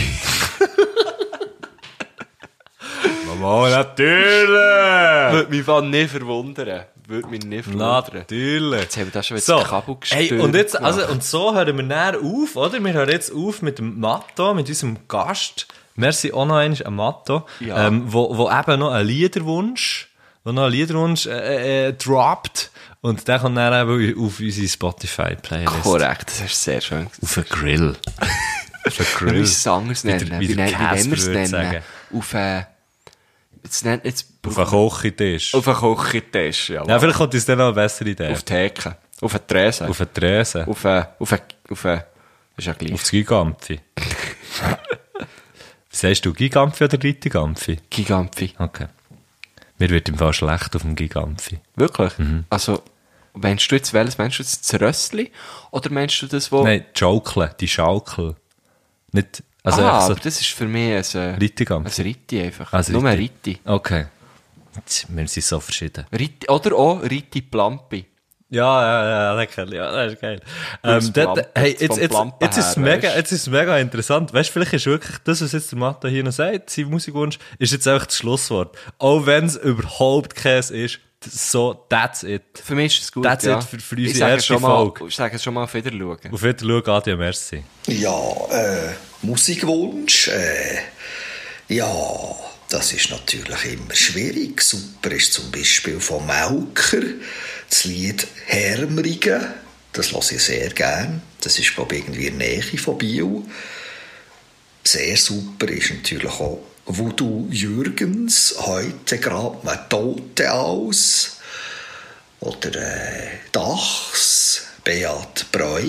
B: Mama, natürlich!
A: würde mich van nicht verwundern. Würde mich nicht verwundern.
B: Natürlich.
A: Jetzt haben wir das schon wieder
B: so,
A: das Kabel gestürmt
B: ey, und jetzt, also,
A: gemacht.
B: und so hören wir näher auf, oder? Wir hören jetzt auf mit dem Matto, mit unserem Gast. Merci auch noch einmal an Matto,
A: Ja.
B: ähm, wo, wo eben noch einen Liederwunsch, wo noch einen Liederwunsch äh, äh, droppt. Und der kommt dann eben auf unsere Spotify-Playlist.
A: Korrekt, das ist sehr schön.
B: Auf den Grill. auf
A: Wir
B: den Grill.
A: müssen es anders
B: Wie der-
A: nennen.
B: wie
A: Wie,
B: der
A: nen- wie nennen wir es
B: Casper würde
A: nennen?
B: sagen.
A: Auf äh, jetzt nennt jetzt
B: Auf den Kochentisch.
A: auf einen Küchentisch, ja.
B: ja, vielleicht kommt uns dann noch eine bessere Idee.
A: auf die Theke, auf eine Tresen,
B: Auf den Tresen.
A: auf einen, auf einen, auf einen, ist ja gleich.
B: Auf das Gigampfi. Was sagst du, Gigampfi oder Ritigampfi?
A: Gigampfi.
B: Okay. Mir wird im Fall schlecht auf dem Gigampfi.
A: Wirklich? Also, Meinst du jetzt welches? Meinst du jetzt das Rössli? Oder meinst du das, wo...
B: Nein, die Schaukel, die Schaukel. Nicht, also
A: also ah,
B: einfach
A: aber
B: so
A: das ist für mich ein... äh,
B: Rittigam.
A: Ein Ritti einfach.
B: Also
A: Nur ein
B: Ritti.
A: Ritti.
B: Okay. Tsch, Wir sind so verschieden.
A: Ritti. Oder auch Ritti Plampi.
B: Ja, ja, ja, lecker, ja, das ist geil.
A: das
B: Ähm, dort,
A: Plampen,
B: hey,
A: das
B: jetzt,
A: vom
B: jetzt,
A: Plampen
B: jetzt ist es
A: her,
B: mega,
A: weisst.
B: jetzt ist es mega interessant. Weißt, vielleicht ist wirklich das, was jetzt der Mathe hier noch sagt, sein Musikwunsch, ist jetzt einfach das Schlusswort. Auch wenn es überhaupt keins ist, so, that's it.
A: Für mich ist es gut,
B: That's
A: ja.
B: it für- für
A: Ich
B: unsere
A: sage
B: erste
A: schon mal,
B: Folge.
A: Ich sage schon mal auf Wiedersehen.
B: Auf Wiedersehen, Adi, merci.
E: Ja, äh, Musikwunsch, äh, ja, das ist natürlich immer schwierig. Super ist zum Beispiel von Melker das Lied Hermrigen. Das lasse ich sehr gern. Das ist, glaube ich, irgendwie in der Nähe von Biel. Sehr super ist natürlich auch Voodoo Jürgens, heute gerade mal Tote aus. Oder äh, Dachs, Beat Breu,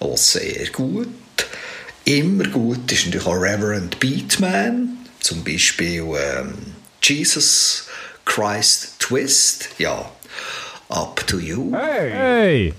E: auch sehr gut. Immer gut ist natürlich auch Reverend Beatman, zum Beispiel ähm, Jesus Christ Twist, ja, Up to You.
B: Hey!